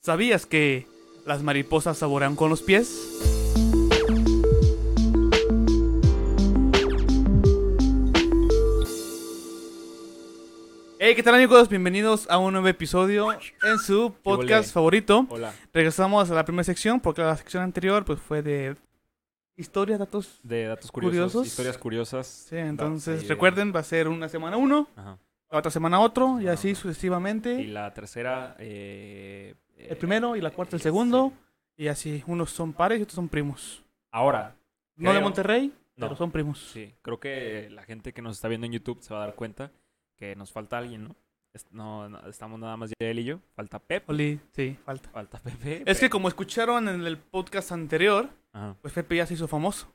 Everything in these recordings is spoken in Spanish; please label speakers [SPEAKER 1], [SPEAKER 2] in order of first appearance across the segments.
[SPEAKER 1] ¿Sabías que las mariposas saborean con los pies? Hey, ¿qué tal amigos? Bienvenidos a un nuevo episodio en su
[SPEAKER 2] volé?
[SPEAKER 1] podcast favorito.
[SPEAKER 2] Hola.
[SPEAKER 1] Regresamos a la primera sección porque la sección anterior pues fue de historia, datos.
[SPEAKER 2] De datos curiosos,
[SPEAKER 1] ¿Curiosos?
[SPEAKER 2] historias curiosas.
[SPEAKER 1] Sí, entonces
[SPEAKER 2] ahí, eh,
[SPEAKER 1] recuerden, va a ser una semana uno,
[SPEAKER 2] ajá.
[SPEAKER 1] la otra semana otro y
[SPEAKER 2] Ah,
[SPEAKER 1] así
[SPEAKER 2] ok. Y
[SPEAKER 1] sucesivamente.
[SPEAKER 2] la tercera. eh, eh,
[SPEAKER 1] El primero y la cuarta el
[SPEAKER 2] sí.
[SPEAKER 1] segundo y así. Unos son pares y otros son primos.
[SPEAKER 2] Ahora,
[SPEAKER 1] No de
[SPEAKER 2] Creo-
[SPEAKER 1] Monterrey,
[SPEAKER 2] no.
[SPEAKER 1] pero son primos.
[SPEAKER 2] sí, creo que la gente que nos está viendo en YouTube se va a dar cuenta que nos falta alguien, ¿no? Es- No, no, estamos nada más ya él y yo. Falta Pep.
[SPEAKER 1] Oli, sí, falta.
[SPEAKER 2] Falta Pepe.
[SPEAKER 1] Es que
[SPEAKER 2] Pep.
[SPEAKER 1] como escucharon en el podcast anterior,
[SPEAKER 2] Ajá,
[SPEAKER 1] pues Pepe ya se hizo famoso.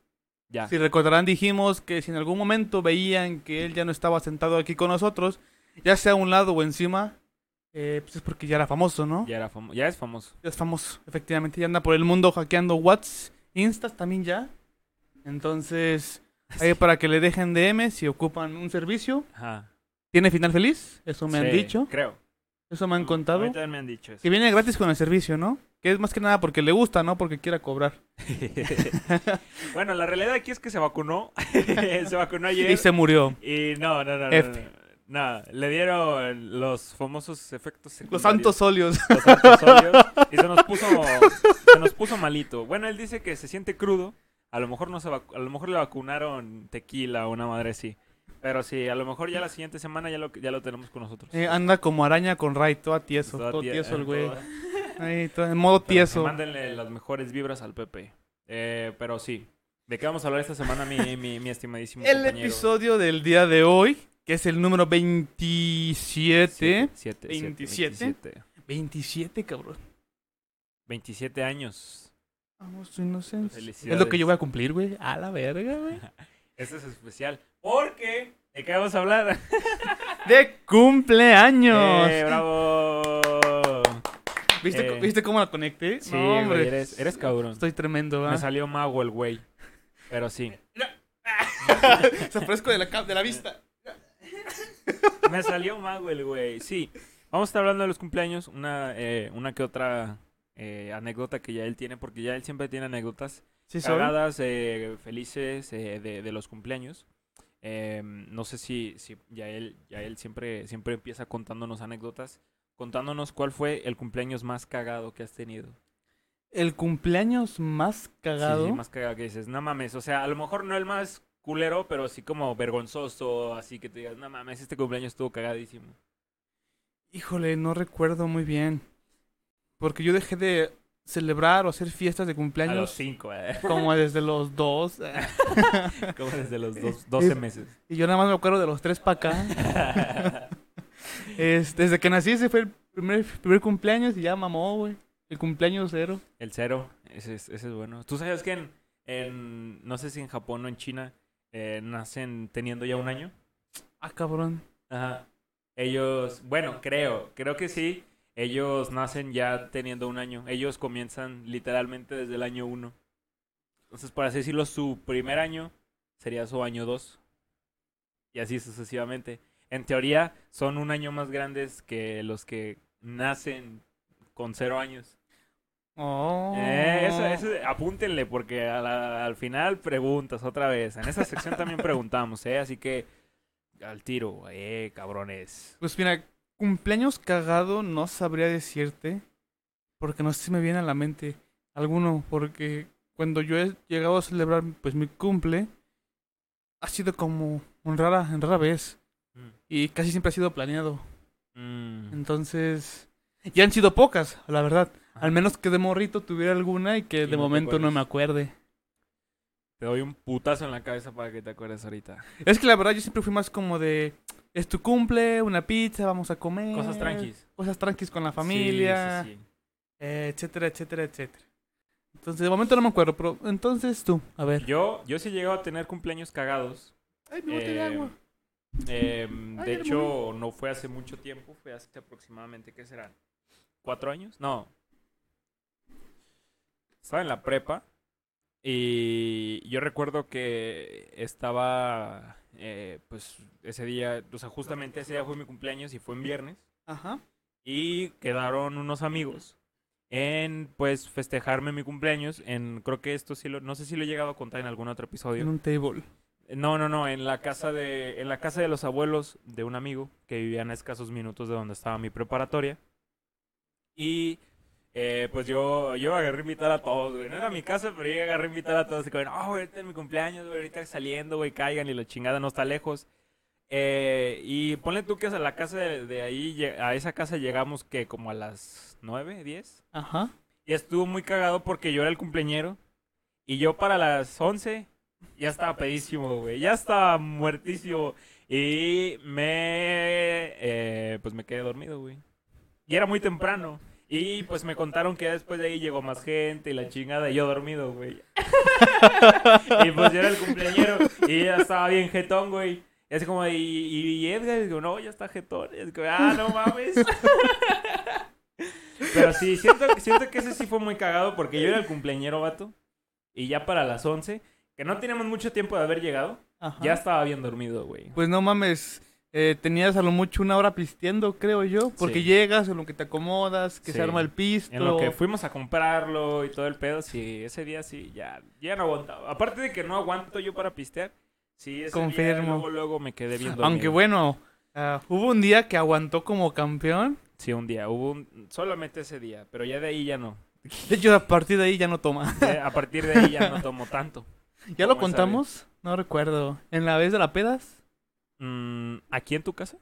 [SPEAKER 2] Ya.
[SPEAKER 1] Si recordarán, dijimos que si en algún momento veían que él ya no estaba sentado aquí con nosotros, ya sea a un lado o encima, eh, pues es porque ya era famoso, ¿no?
[SPEAKER 2] Ya, era famo- ya es famoso.
[SPEAKER 1] Ya es famoso, efectivamente. Ya anda por el mundo hackeando Whats, Instas también ya. Entonces, ahí para que le dejen DM si ocupan un servicio.
[SPEAKER 2] Ajá.
[SPEAKER 1] ¿Tiene final feliz? Eso me han
[SPEAKER 2] Sí, Mm,
[SPEAKER 1] dicho,
[SPEAKER 2] Creo.
[SPEAKER 1] eso me han
[SPEAKER 2] A
[SPEAKER 1] contado.
[SPEAKER 2] mí también me han dicho eso.
[SPEAKER 1] Que viene gratis con el servicio, ¿no? Que es más que nada porque le gusta, ¿no? Porque quiera cobrar.
[SPEAKER 2] bueno, la realidad aquí es que se vacunó. se vacunó ayer.
[SPEAKER 1] Y se murió.
[SPEAKER 2] Y no, no, no. no,
[SPEAKER 1] F.
[SPEAKER 2] no, no. le dieron los famosos efectos
[SPEAKER 1] Los
[SPEAKER 2] secundarios.
[SPEAKER 1] santos óleos.
[SPEAKER 2] Los santos óleos, Y se nos puso se nos puso malito. Bueno, él dice que se siente crudo. A lo mejor no se vacu- a lo mejor le vacunaron tequila o una madre así. Pero sí, a lo mejor ya la siguiente semana ya lo ya lo tenemos con nosotros.
[SPEAKER 1] Eh, anda como araña con Ray, todo tieso,
[SPEAKER 2] Está
[SPEAKER 1] todo
[SPEAKER 2] tie-
[SPEAKER 1] tieso el
[SPEAKER 2] eh,
[SPEAKER 1] güey.
[SPEAKER 2] todo-
[SPEAKER 1] Ahí, todo en modo
[SPEAKER 2] pero que
[SPEAKER 1] tieso.
[SPEAKER 2] Mándenle las mejores vibras al Pepe. Eh, pero sí. ¿De qué vamos a hablar esta semana, mi, mi, mi estimadísimo
[SPEAKER 1] El
[SPEAKER 2] compañero?
[SPEAKER 1] episodio del día de hoy, que es el número 27.
[SPEAKER 2] Siete, siete, siete,
[SPEAKER 1] 27.
[SPEAKER 2] 27.
[SPEAKER 1] 27, cabrón.
[SPEAKER 2] 27 años.
[SPEAKER 1] Vamos, su inocencia. Es
[SPEAKER 2] Felicidades.
[SPEAKER 1] lo que yo voy a cumplir, güey. A la verga, güey.
[SPEAKER 2] Este es especial porque ¿de qué vamos a hablar?
[SPEAKER 1] De cumpleaños.
[SPEAKER 2] ¡Eh, ¡Bravo!
[SPEAKER 1] ¿Viste, co-
[SPEAKER 2] eh.
[SPEAKER 1] ¿Viste cómo la conecté?
[SPEAKER 2] Sí, güey, eres, eres cabrón.
[SPEAKER 1] Estoy tremendo,
[SPEAKER 2] Me
[SPEAKER 1] ¿verdad?
[SPEAKER 2] salió mago el güey. Pero sí.
[SPEAKER 1] Se fresco de la, cap- de la vista.
[SPEAKER 2] Me salió mago el güey. Sí. Vamos a estar hablando de los cumpleaños. Una, eh, una que otra eh, anécdota que ya él tiene, porque ya él siempre tiene anécdotas.
[SPEAKER 1] Sí, soy.
[SPEAKER 2] Cagadas, eh, felices eh, de, de los cumpleaños. Eh, no sé si, si ya él, ya él siempre, siempre empieza contándonos anécdotas, contándonos cuál fue el cumpleaños más cagado que has tenido.
[SPEAKER 1] El cumpleaños más
[SPEAKER 2] Sí,
[SPEAKER 1] cagado.
[SPEAKER 2] Sí, más cagado que dices, no mames, o sea, a lo mejor no el más culero, pero sí como vergonzoso, así que te digas, no mames, este cumpleaños estuvo cagadísimo.
[SPEAKER 1] Híjole, no recuerdo muy bien. Porque yo dejé de celebrar o hacer fiestas de
[SPEAKER 2] A los
[SPEAKER 1] cumpleaños
[SPEAKER 2] cinco, eh,
[SPEAKER 1] como desde los dos. eh,
[SPEAKER 2] como desde los dos, 12 meses.
[SPEAKER 1] Y yo nada más me acuerdo de los tres para acá. Es- desde que nací ese fue el primer, primer cumpleaños y ya mamó, güey. El cumpleaños cero.
[SPEAKER 2] El cero, ese es, ese es bueno. Tú sabes que en, en- no sé si en Japón o en China, eh, nacen teniendo ya un año.
[SPEAKER 1] Ah, cabrón.
[SPEAKER 2] Ajá. Ellos, bueno, creo, creo que sí. Ellos nacen ya teniendo un año. Ellos comienzan literalmente desde el año uno. Entonces, por así decirlo, su primer año sería su año dos. Y así sucesivamente. En teoría, son un año más grandes que los que nacen con cero años.
[SPEAKER 1] Oh.
[SPEAKER 2] Eh, eso, eso- apúntenle, porque a la- al final preguntas otra vez. En esa sección también preguntamos, ¿eh? Así que al tiro, eh, cabrones.
[SPEAKER 1] Pues mira, cumpleaños cagado no sabría decirte. Porque no sé si me viene a la mente alguno. Porque cuando yo he llegado a celebrar pues mi cumple, ha sido como un rara, en rara vez.
[SPEAKER 2] Mm.
[SPEAKER 1] Y casi siempre ha sido planeado.
[SPEAKER 2] Mm,
[SPEAKER 1] Entonces, ya han sido pocas, la verdad.
[SPEAKER 2] Ajá.
[SPEAKER 1] Al menos que de morrito tuviera alguna y que
[SPEAKER 2] Y
[SPEAKER 1] de
[SPEAKER 2] no te
[SPEAKER 1] momento no
[SPEAKER 2] acuerdes.
[SPEAKER 1] me acuerde.
[SPEAKER 2] te doy un putazo en la cabeza para que te acuerdes ahorita.
[SPEAKER 1] Es que la verdad yo siempre fui más como de, es tu cumple, una pizza, vamos a comer.
[SPEAKER 2] Cosas tranquis.
[SPEAKER 1] Cosas tranquis con la Eh, familia.
[SPEAKER 2] Sí, sí, sí.
[SPEAKER 1] eh, etcétera, etcétera, etcétera. Entonces, de momento no me acuerdo, pero entonces tú, a ver.
[SPEAKER 2] Yo, yo sí he llegado a tener cumpleaños cagados.
[SPEAKER 1] Ay,
[SPEAKER 2] mi botella de Eh, agua. Em,
[SPEAKER 1] Ay,
[SPEAKER 2] de
[SPEAKER 1] ya lo
[SPEAKER 2] hecho, no fue hace mucho tiempo, fue hace aproximadamente, ¿qué serán? ¿Cuatro años? No. Estaba en la prepa y yo recuerdo que estaba, eh, pues, ese día, o sea, justamente ese día fue mi cumpleaños y fue en viernes
[SPEAKER 1] Ajá.
[SPEAKER 2] y quedaron unos amigos en pues festejarme mi cumpleaños en creo que esto sí lo no sé si lo he llegado a contar en algún otro
[SPEAKER 1] En
[SPEAKER 2] episodio.
[SPEAKER 1] un table.
[SPEAKER 2] No, no, no, en la casa de en la casa de los abuelos de un amigo que vivían a escasos minutos de donde estaba mi preparatoria. Y eh, pues yo, yo agarré a invitar a todos, güey. No era mi casa, pero yo agarré a invitar a todos. Y como, no, güey, ahorita es mi cumpleaños, güey, ahorita saliendo, güey, caigan y la chingada no está lejos. Eh, y ponle tú que a la casa de, de ahí, lle- a esa casa llegamos que como a las 9, 10.
[SPEAKER 1] Ajá.
[SPEAKER 2] Y estuvo muy cagado porque yo era el cumpleañero. Y yo para las 11 ya estaba pedísimo, güey. Ya estaba muertísimo. Y me... eh, pues me quedé dormido, güey. Y era muy temprano. Y pues me contaron que después de ahí llegó más gente y la chingada. Y yo dormido, güey. y pues yo era el cumpleañero. Y ya estaba bien jetón, güey. Y así como, y, y Edgar, y digo, no, ya está jetón. Y es como, ah, no mames. Pero sí, siento, siento que ese sí fue muy cagado porque yo era el cumpleañero, vato. Y ya para las 11, que no teníamos mucho tiempo de haber llegado,
[SPEAKER 1] Ajá.
[SPEAKER 2] ya estaba bien dormido, güey.
[SPEAKER 1] Pues no mames. eh, tenías a lo mucho una hora pisteando, creo yo. Porque
[SPEAKER 2] Sí.
[SPEAKER 1] llegas, en lo que te acomodas, que
[SPEAKER 2] Sí.
[SPEAKER 1] se arma el pisto.
[SPEAKER 2] En lo que fuimos a comprarlo y todo el pedo, sí, ese día sí, ya, ya no aguantaba. Aparte de que no aguanto yo para pistear, sí, ese día
[SPEAKER 1] Confirmo.
[SPEAKER 2] luego, luego me quedé bien dormido.
[SPEAKER 1] Aunque bueno, ah, hubo un día que aguantó como campeón.
[SPEAKER 2] Sí, un día, hubo un- solamente ese día, pero ya de ahí ya no.
[SPEAKER 1] De hecho, a partir de ahí ya no toma.
[SPEAKER 2] Ya- A partir de ahí ya no tomo tanto.
[SPEAKER 1] ¿Ya lo
[SPEAKER 2] Como esa
[SPEAKER 1] contamos? No recuerdo. ¿En la vez de la pedas?
[SPEAKER 2] Mm, ¿Aquí en tu casa?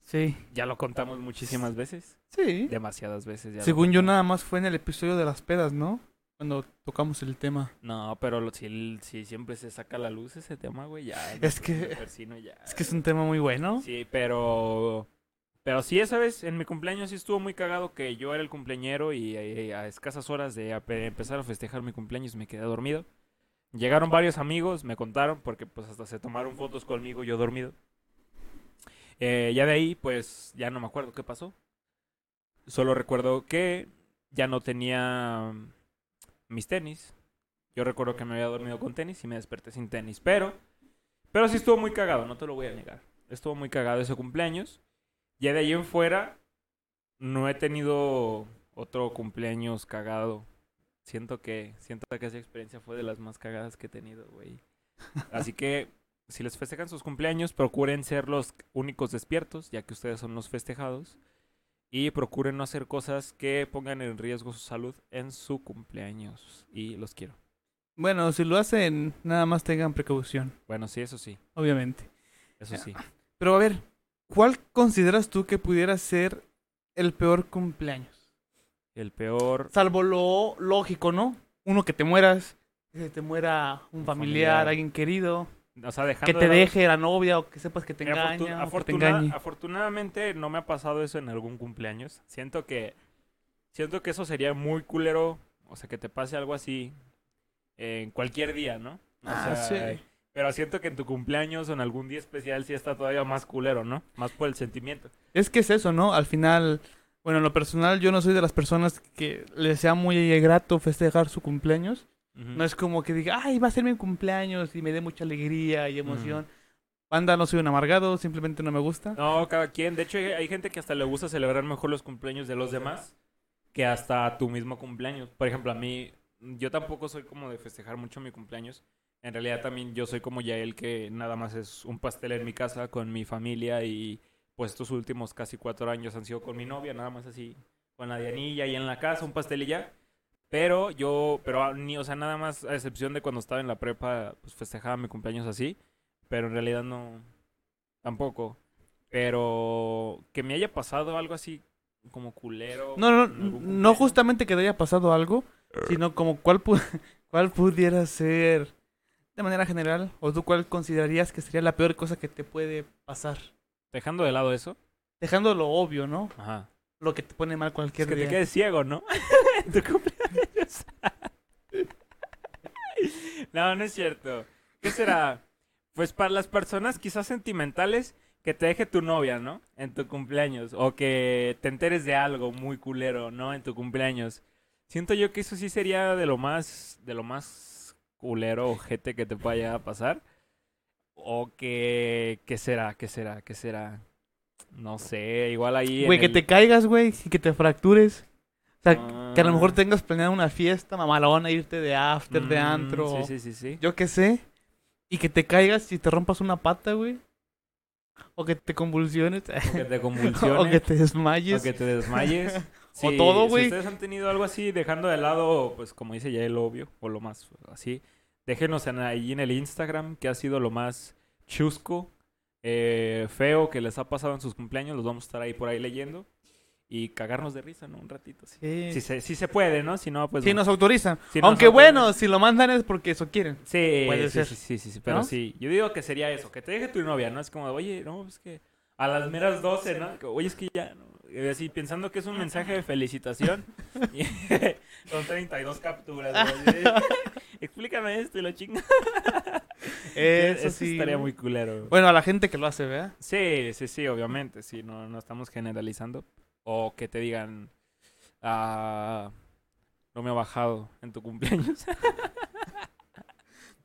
[SPEAKER 1] Sí.
[SPEAKER 2] Ya lo contamos muchísimas veces,
[SPEAKER 1] Sí.
[SPEAKER 2] demasiadas veces. Ya lo
[SPEAKER 1] Según yo,
[SPEAKER 2] contamos.
[SPEAKER 1] nada más fue en el episodio de las pedas, ¿no? Cuando tocamos el tema.
[SPEAKER 2] No, pero lo- si, si siempre se saca a la luz ese tema, güey, ya.
[SPEAKER 1] Es que-
[SPEAKER 2] me persino ya.
[SPEAKER 1] Es que es un tema muy bueno.
[SPEAKER 2] Sí, pero... Pero sí, esa vez, en mi cumpleaños sí estuvo muy cagado que yo era el cumpleañero y eh, a escasas horas de ape- empezar a festejar mi cumpleaños me quedé dormido. Llegaron varios amigos, me contaron, porque pues hasta se tomaron fotos conmigo yo dormido. Eh, ya de ahí, pues ya no me acuerdo qué pasó. Solo recuerdo que ya no tenía mm, mis tenis. Yo recuerdo que me había dormido con tenis y me desperté sin tenis. Pero, pero sí estuvo muy cagado, no te lo voy a negar. Estuvo muy cagado ese cumpleaños. Ya de ahí en fuera, no he tenido otro cumpleaños cagado. Siento que, siento que esa experiencia fue de las más cagadas que he tenido, güey. Así que, si les festejan sus cumpleaños, procuren ser los únicos despiertos, ya que ustedes son los festejados. Y procuren no hacer cosas que pongan en riesgo su salud en su cumpleaños. Y los quiero.
[SPEAKER 1] Bueno, si lo hacen, nada más tengan precaución,
[SPEAKER 2] Bueno, sí, eso sí.
[SPEAKER 1] obviamente.
[SPEAKER 2] Eso sí.
[SPEAKER 1] Pero a ver, ¿cuál consideras tú que pudiera ser el peor cumpleaños?
[SPEAKER 2] El peor.
[SPEAKER 1] Salvo lo lógico, ¿no? Uno que te mueras, que se te muera un
[SPEAKER 2] Un
[SPEAKER 1] familiar,
[SPEAKER 2] familiar.
[SPEAKER 1] alguien querido,
[SPEAKER 2] O sea, dejando
[SPEAKER 1] que
[SPEAKER 2] de
[SPEAKER 1] te
[SPEAKER 2] lado-
[SPEAKER 1] deje la novia o que sepas que te
[SPEAKER 2] Mira,
[SPEAKER 1] engaña o que
[SPEAKER 2] afortu-
[SPEAKER 1] te
[SPEAKER 2] afortuna-
[SPEAKER 1] engañe.
[SPEAKER 2] Afortunadamente no me ha pasado eso en algún cumpleaños. Siento que siento que eso sería muy culero, o sea, que te pase algo así eh, en cualquier día, ¿no? O
[SPEAKER 1] Ah,
[SPEAKER 2] sea,
[SPEAKER 1] sí.
[SPEAKER 2] Pero siento que en tu cumpleaños o en algún día especial sí está todavía más culero, ¿no? Más por el sentimiento.
[SPEAKER 1] Es que es eso, ¿no? Al final, bueno, en lo personal yo no soy de las personas que les sea muy grato festejar su cumpleaños. No es como que diga, ay, va a ser mi cumpleaños y me dé mucha alegría y emoción. Banda, no soy un amargado, simplemente no me gusta.
[SPEAKER 2] No, cada quien. De hecho, hay, hay gente que hasta le gusta celebrar mejor los cumpleaños de los demás que hasta tu mismo cumpleaños. Por ejemplo, a mí, yo tampoco soy como de festejar mucho mi cumpleaños. En realidad también yo soy como Yael, que nada más es un pastel en mi casa con mi familia y pues estos últimos casi cuatro años han sido con mi novia, nada más así, con la Dianilla y en la casa, un pastel y ya. Pero yo, pero ah, ni, o sea, nada más, a excepción de cuando estaba en la prepa, pues festejaba mi cumpleaños así, pero en realidad no, tampoco. Pero que me haya pasado algo así como culero.
[SPEAKER 1] No, no,
[SPEAKER 2] en algún
[SPEAKER 1] no, no
[SPEAKER 2] cumpleaños.
[SPEAKER 1] justamente que te haya pasado algo, sino como cuál, pu- cuál pudiera ser, de manera general, o tú cuál considerarías que sería la peor cosa que te puede pasar.
[SPEAKER 2] Dejando de lado eso.
[SPEAKER 1] Dejando lo obvio, ¿no?
[SPEAKER 2] Ajá.
[SPEAKER 1] Lo que te pone mal
[SPEAKER 2] Es
[SPEAKER 1] cualquier
[SPEAKER 2] que te
[SPEAKER 1] día.
[SPEAKER 2] quedes ciego, ¿no? En tu cumpleaños. no, no es cierto. ¿Qué será? Pues para las personas quizás sentimentales, que te deje tu novia, ¿no? En tu cumpleaños. O que te enteres de algo muy culero, ¿no? En tu cumpleaños. Siento yo que eso sí sería de lo más, de lo más culero o jete que te pueda llegar a pasar. O que, ¿qué será? ¿Qué será? ¿Qué será? No sé, igual ahí. en
[SPEAKER 1] Güey, que
[SPEAKER 2] el- Ah.
[SPEAKER 1] te caigas, güey, y que te fractures. sea, que a lo mejor tengas planeada una fiesta mamalona, irte de after, de
[SPEAKER 2] Mm,
[SPEAKER 1] antro,
[SPEAKER 2] Sí, sí, sí, sí.
[SPEAKER 1] yo qué sé, y que te caigas y te rompas una pata, güey. O que te convulsiones,
[SPEAKER 2] O que te
[SPEAKER 1] o que
[SPEAKER 2] convulsiones.
[SPEAKER 1] te desmayes.
[SPEAKER 2] o que te desmayes.
[SPEAKER 1] O
[SPEAKER 2] Sí,
[SPEAKER 1] todo, güey.
[SPEAKER 2] Si ustedes han tenido algo así, dejando de lado, pues como dice ya el obvio, o lo más así, déjenos en, ahí en el Instagram qué ha sido lo más chusco, eh, feo que les ha pasado en sus cumpleaños. Los vamos a estar ahí por ahí leyendo y cagarnos de risa, ¿no? Un ratito. Sí.
[SPEAKER 1] Sí.
[SPEAKER 2] Si, se, si se puede, ¿no? Si no, pues.
[SPEAKER 1] Si
[SPEAKER 2] no.
[SPEAKER 1] nos autorizan.
[SPEAKER 2] Si nos
[SPEAKER 1] Aunque
[SPEAKER 2] autorizan.
[SPEAKER 1] bueno, si lo mandan es porque eso quieren.
[SPEAKER 2] Sí,
[SPEAKER 1] Puede
[SPEAKER 2] sí,
[SPEAKER 1] ser.
[SPEAKER 2] sí, sí, sí, sí, pero
[SPEAKER 1] ¿No?
[SPEAKER 2] sí. Yo digo que sería eso, que te deje tu novia, ¿no? Es como, oye, no, es que a las meras 12, ¿no? Que, Oye, es que ya, ¿no? Y Así, pensando que es un mensaje de felicitación. Y- Son 32 capturas, güey. Explícame esto y lo chingas.
[SPEAKER 1] Eso, sí.
[SPEAKER 2] estaría
[SPEAKER 1] güey.
[SPEAKER 2] muy culero. güey.
[SPEAKER 1] Bueno, a la gente que lo hace, ¿verdad?
[SPEAKER 2] Sí, sí, sí, obviamente, sí, no, no estamos generalizando. O que te digan, ah, no me ha bajado en tu cumpleaños.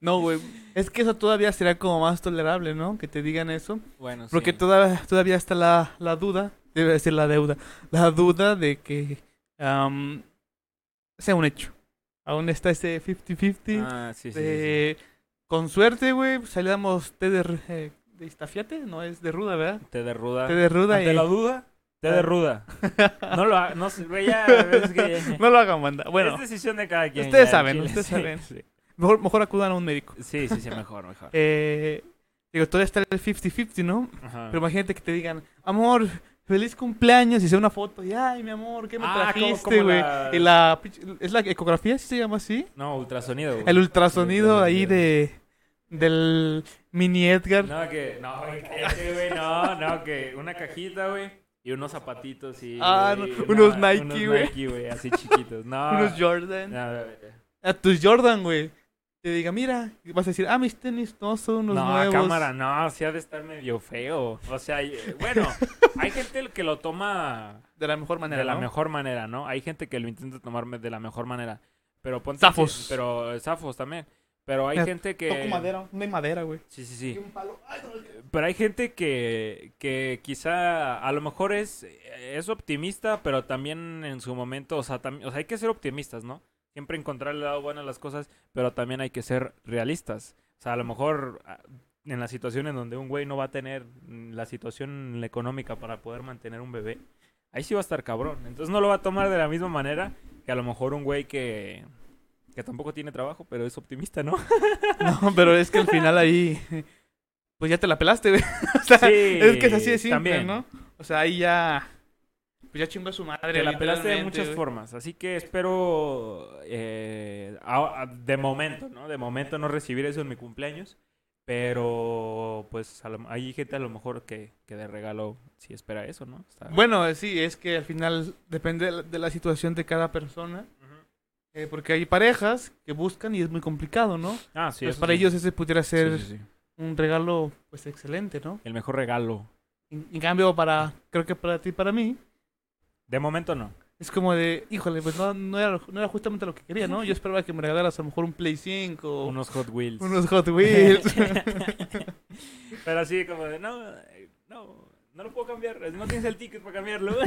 [SPEAKER 1] No, güey. Es que eso todavía será como más tolerable, ¿no? Que te digan eso.
[SPEAKER 2] bueno,
[SPEAKER 1] Porque
[SPEAKER 2] sí.
[SPEAKER 1] todavía, todavía está la, la duda, debe decir la deuda, la duda de que am, sea un hecho. Aún está ese 50-50
[SPEAKER 2] Ah, sí, sí, sí, sí.
[SPEAKER 1] de... Con suerte, güey, pues, salíamos té de, r- eh, de Iztafiate, no es de ruda, ¿verdad?
[SPEAKER 2] Te derruda.
[SPEAKER 1] Té de ruda
[SPEAKER 2] ¿Ante
[SPEAKER 1] y...
[SPEAKER 2] la duda? Te
[SPEAKER 1] Ah.
[SPEAKER 2] derruda. No lo ha- no sé, güey, ya, es que-
[SPEAKER 1] No lo hagan, banda. Bueno,
[SPEAKER 2] es decisión de cada quien.
[SPEAKER 1] ustedes
[SPEAKER 2] ya,
[SPEAKER 1] saben,
[SPEAKER 2] chile,
[SPEAKER 1] ustedes
[SPEAKER 2] sí,
[SPEAKER 1] saben.
[SPEAKER 2] Sí,
[SPEAKER 1] mejor, mejor acudan a un médico.
[SPEAKER 2] sí, sí, sí, mejor, mejor.
[SPEAKER 1] Eh, digo, todavía está el 50-50, ¿no?
[SPEAKER 2] Ajá.
[SPEAKER 1] Pero imagínate que te digan, amor, feliz cumpleaños, y sea una foto, y ay, mi amor, ¿qué me
[SPEAKER 2] Ah, como-
[SPEAKER 1] trajiste,
[SPEAKER 2] como
[SPEAKER 1] güey?
[SPEAKER 2] la-
[SPEAKER 1] Y la... pinche- ¿Es la ecografía, si se llama así?
[SPEAKER 2] No, ultrasonido. güey.
[SPEAKER 1] El ultrasonido ahí
[SPEAKER 2] ultrasonido.
[SPEAKER 1] de... Del mini Edgar.
[SPEAKER 2] No, que. No, güey, cállate, güey, no, no, que una cajita, güey. Y unos zapatitos y.
[SPEAKER 1] Ah,
[SPEAKER 2] y
[SPEAKER 1] no,
[SPEAKER 2] una-
[SPEAKER 1] unos Nike, güey.
[SPEAKER 2] Nike, güey, así chiquitos. No.
[SPEAKER 1] Unos Jordan.
[SPEAKER 2] no, güey, güey.
[SPEAKER 1] A tus Jordan, güey. Te diga, mira, y vas a decir, ah, mis tenis no son unos
[SPEAKER 2] no,
[SPEAKER 1] nuevos.
[SPEAKER 2] cámara, no, sí ha de estar medio feo. O sea, y- bueno, hay gente que lo toma
[SPEAKER 1] De la mejor manera.
[SPEAKER 2] de la
[SPEAKER 1] ¿no?
[SPEAKER 2] mejor manera, ¿no? Hay gente que lo intenta tomarme de la mejor manera. Pero ponte.
[SPEAKER 1] Zafos.
[SPEAKER 2] Pero eh, zafos también. Pero hay
[SPEAKER 1] Mira,
[SPEAKER 2] gente que.
[SPEAKER 1] Toco madera, no hay madera, güey.
[SPEAKER 2] Sí, sí, sí. Pero hay gente que, que quizá a lo mejor es, es optimista, pero también en su momento, o sea, tam- o sea, hay que ser optimistas, ¿no? Siempre encontrar el lado bueno a las cosas, pero también hay que ser realistas. O sea, a lo mejor ah, en las situaciones donde un güey no va a tener mm, la situación económica para poder mantener un bebé, ahí sí va a estar cabrón. Entonces no lo va a tomar de la misma manera que a lo mejor un güey que, que tampoco tiene trabajo, pero es optimista, ¿no?
[SPEAKER 1] No, pero es que al final ahí. Pues ya te la pelaste, güey. O sea, es que es así de
[SPEAKER 2] Sí,
[SPEAKER 1] simple,
[SPEAKER 2] también.
[SPEAKER 1] ¿no? O sea, ahí ya. Pues ya chingó a su madre.
[SPEAKER 2] Te la pelaste de
[SPEAKER 1] literalmente,
[SPEAKER 2] muchas
[SPEAKER 1] güey.
[SPEAKER 2] formas, así que espero eh, a- a- de momento, ¿no? De momento no recibir eso en mi cumpleaños, pero pues a lo- hay gente a lo mejor que, que de regalo sí espera eso, ¿no? Está-
[SPEAKER 1] Bueno, eh, sí, es que al final depende de la- de la situación de cada persona.
[SPEAKER 2] Ujú.
[SPEAKER 1] eh, porque hay parejas que buscan y es muy complicado, ¿no?
[SPEAKER 2] Ah, sí.
[SPEAKER 1] Pues
[SPEAKER 2] eso
[SPEAKER 1] para
[SPEAKER 2] sí.
[SPEAKER 1] ellos ese pudiera
[SPEAKER 2] Sí,
[SPEAKER 1] ser
[SPEAKER 2] sí, sí.
[SPEAKER 1] un regalo, pues excelente, ¿no?
[SPEAKER 2] El mejor regalo.
[SPEAKER 1] En, en cambio, para. Creo que para ti y para mí.
[SPEAKER 2] De momento no.
[SPEAKER 1] Es como de, híjole, pues no, no, era, no era justamente lo que quería, ¿no? Yo esperaba que me regalaras a lo mejor un Play 5 o
[SPEAKER 2] Unos Hot Wheels.
[SPEAKER 1] unos Hot Wheels.
[SPEAKER 2] pero así como de, no, eh, no, no lo puedo cambiar, no tienes el ticket para cambiarlo.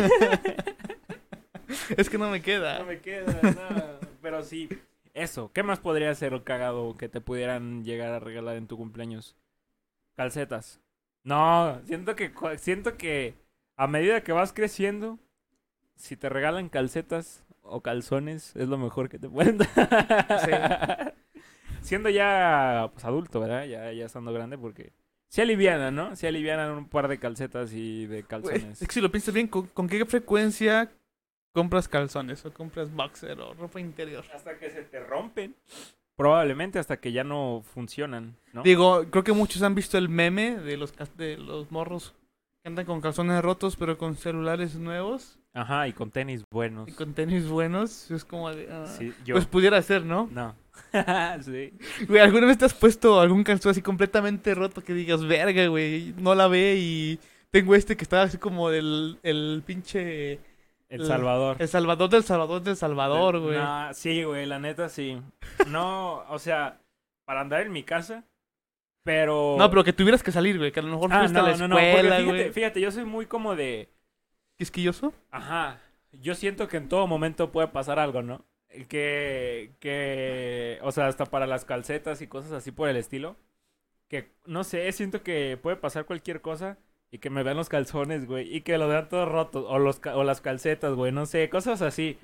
[SPEAKER 1] es que no me queda.
[SPEAKER 2] No me queda, nada. Pero sí, eso. ¿Qué más podría ser un cagado que te pudieran llegar a regalar en tu cumpleaños? Calcetas. No, siento que cu- siento que a medida que vas creciendo, si te regalan calcetas o calzones, es lo mejor que te pueden dar. Siendo ya pues, adulto, ¿verdad? Ya, ya estando grande, porque se alivianan, ¿no? Se alivianan un par de calcetas y
[SPEAKER 1] Güey,
[SPEAKER 2] de calzones.
[SPEAKER 1] Es que si lo piensas bien, ¿con, con qué frecuencia compras calzones o compras boxer o ropa interior?
[SPEAKER 2] Hasta que se te rompen. Probablemente hasta que ya no funcionan, ¿no?
[SPEAKER 1] Digo, creo que muchos han visto el meme de los, cas- de los morros que andan con calzones rotos pero con celulares nuevos
[SPEAKER 2] Ajá, y con tenis buenos.
[SPEAKER 1] y con tenis buenos. Es como de... ah,
[SPEAKER 2] Pues Sí, yo.
[SPEAKER 1] Pues pudiera ser, ¿no?
[SPEAKER 2] No. sí.
[SPEAKER 1] Güey, ¿alguna vez te has puesto algún calzón así completamente roto que digas, verga, güey, no la ve y tengo este que estaba así como del el pinche...
[SPEAKER 2] El
[SPEAKER 1] La-
[SPEAKER 2] Salvador.
[SPEAKER 1] El Salvador del Salvador del Salvador, güey.
[SPEAKER 2] No, sí, güey, la neta sí. No, o sea, para andar en mi casa, pero.
[SPEAKER 1] No, pero que tuvieras que salir, güey, que a lo mejor
[SPEAKER 2] Ah,
[SPEAKER 1] fuiste a la
[SPEAKER 2] no, no, no, porque
[SPEAKER 1] escuela,
[SPEAKER 2] fíjate,
[SPEAKER 1] güey.
[SPEAKER 2] fíjate, yo soy muy como de.
[SPEAKER 1] ¿Quisquilloso?
[SPEAKER 2] Ajá. Yo siento que en todo momento puede pasar algo, ¿no? Que, que, o sea, hasta para las calcetas y cosas así por el estilo. Que, no sé, siento que puede pasar cualquier cosa y que me vean los calzones, güey, y que lo vean todos rotos, o, los, ca- o las calcetas, güey, no sé, cosas así.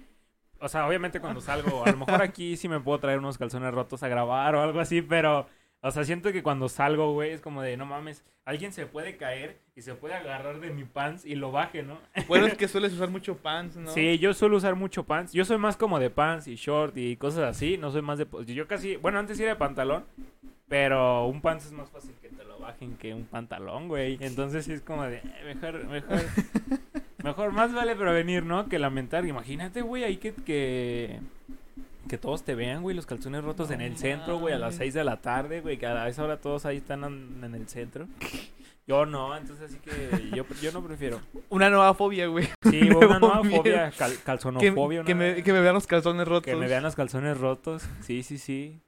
[SPEAKER 2] O sea, obviamente cuando salgo, a lo mejor aquí sí me puedo traer unos calzones rotos a grabar o algo así, pero, o sea, siento que cuando salgo, güey, es como de, no mames, alguien se puede caer y se puede agarrar de mi pants y lo baje, ¿no?
[SPEAKER 1] Bueno, es que sueles usar mucho pants, ¿no?
[SPEAKER 2] Sí, yo suelo usar mucho pants. Yo soy más como de pants y short y cosas así. No soy más de... po- Yo casi... Bueno, antes sí era de pantalón. Pero un pants es más fácil que te lo bajen que un pantalón, güey. Entonces sí es como de... eh, Mejor, mejor... Mejor más vale prevenir, ¿no? Que lamentar. Imagínate, güey, ahí que... Que, que todos te vean, güey. Los calzones rotos
[SPEAKER 1] No
[SPEAKER 2] en el centro, güey. A las
[SPEAKER 1] mames.
[SPEAKER 2] 6 de la tarde, güey. Que a esa hora todos ahí están en, en el centro. Yo no, entonces así que yo, yo no prefiero.
[SPEAKER 1] Una nueva fobia, güey.
[SPEAKER 2] Sí,
[SPEAKER 1] Me
[SPEAKER 2] una nueva
[SPEAKER 1] voy
[SPEAKER 2] fobia, cal-
[SPEAKER 1] que,
[SPEAKER 2] calzonofobia.
[SPEAKER 1] que
[SPEAKER 2] una-
[SPEAKER 1] me, que pues me vean los calzones rotos.
[SPEAKER 2] que me vean los calzones rotos. Sí, sí, sí.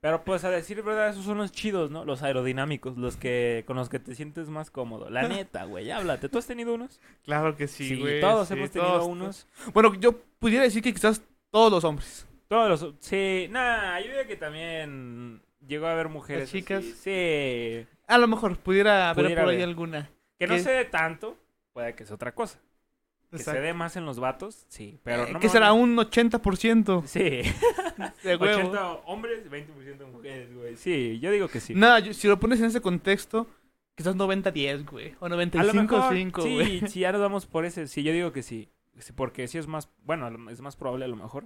[SPEAKER 2] Pero pues a decir verdad, esos son los chidos, ¿no? Los aerodinámicos, los que con los que te sientes más cómodo. La neta, güey, háblate. ¿Tú has tenido unos?
[SPEAKER 1] Claro que sí, güey.
[SPEAKER 2] todos
[SPEAKER 1] sí,
[SPEAKER 2] hemos tenido
[SPEAKER 1] todos-
[SPEAKER 2] unos.
[SPEAKER 1] Bueno, yo pudiera decir que quizás todos los hombres.
[SPEAKER 2] Todos los... Sí, nada, yo diría que también llegó a haber mujeres.
[SPEAKER 1] Las chicas.
[SPEAKER 2] así. Sí.
[SPEAKER 1] A lo mejor pudiera haber
[SPEAKER 2] Pudiera
[SPEAKER 1] por ahí
[SPEAKER 2] haber.
[SPEAKER 1] alguna.
[SPEAKER 2] Que no
[SPEAKER 1] ¿Qué?
[SPEAKER 2] se dé tanto, puede que es otra cosa. Que se
[SPEAKER 1] Exacto.
[SPEAKER 2] dé más en los vatos, sí. Pero
[SPEAKER 1] Eh,
[SPEAKER 2] no
[SPEAKER 1] que
[SPEAKER 2] me
[SPEAKER 1] será
[SPEAKER 2] van
[SPEAKER 1] un 80%
[SPEAKER 2] a- Sí.
[SPEAKER 1] de huevo.
[SPEAKER 2] 80 hombres, 20% mujeres, güey. Sí, yo digo que sí.
[SPEAKER 1] Nada, yo- si lo pones en ese contexto, quizás 90-10, güey. O
[SPEAKER 2] A lo mejor,
[SPEAKER 1] 95-5, güey.
[SPEAKER 2] sí, sí, ya nos vamos por ese. Sí, yo digo que sí. Sí, Porque sí es más, bueno, a lo- es más probable a lo mejor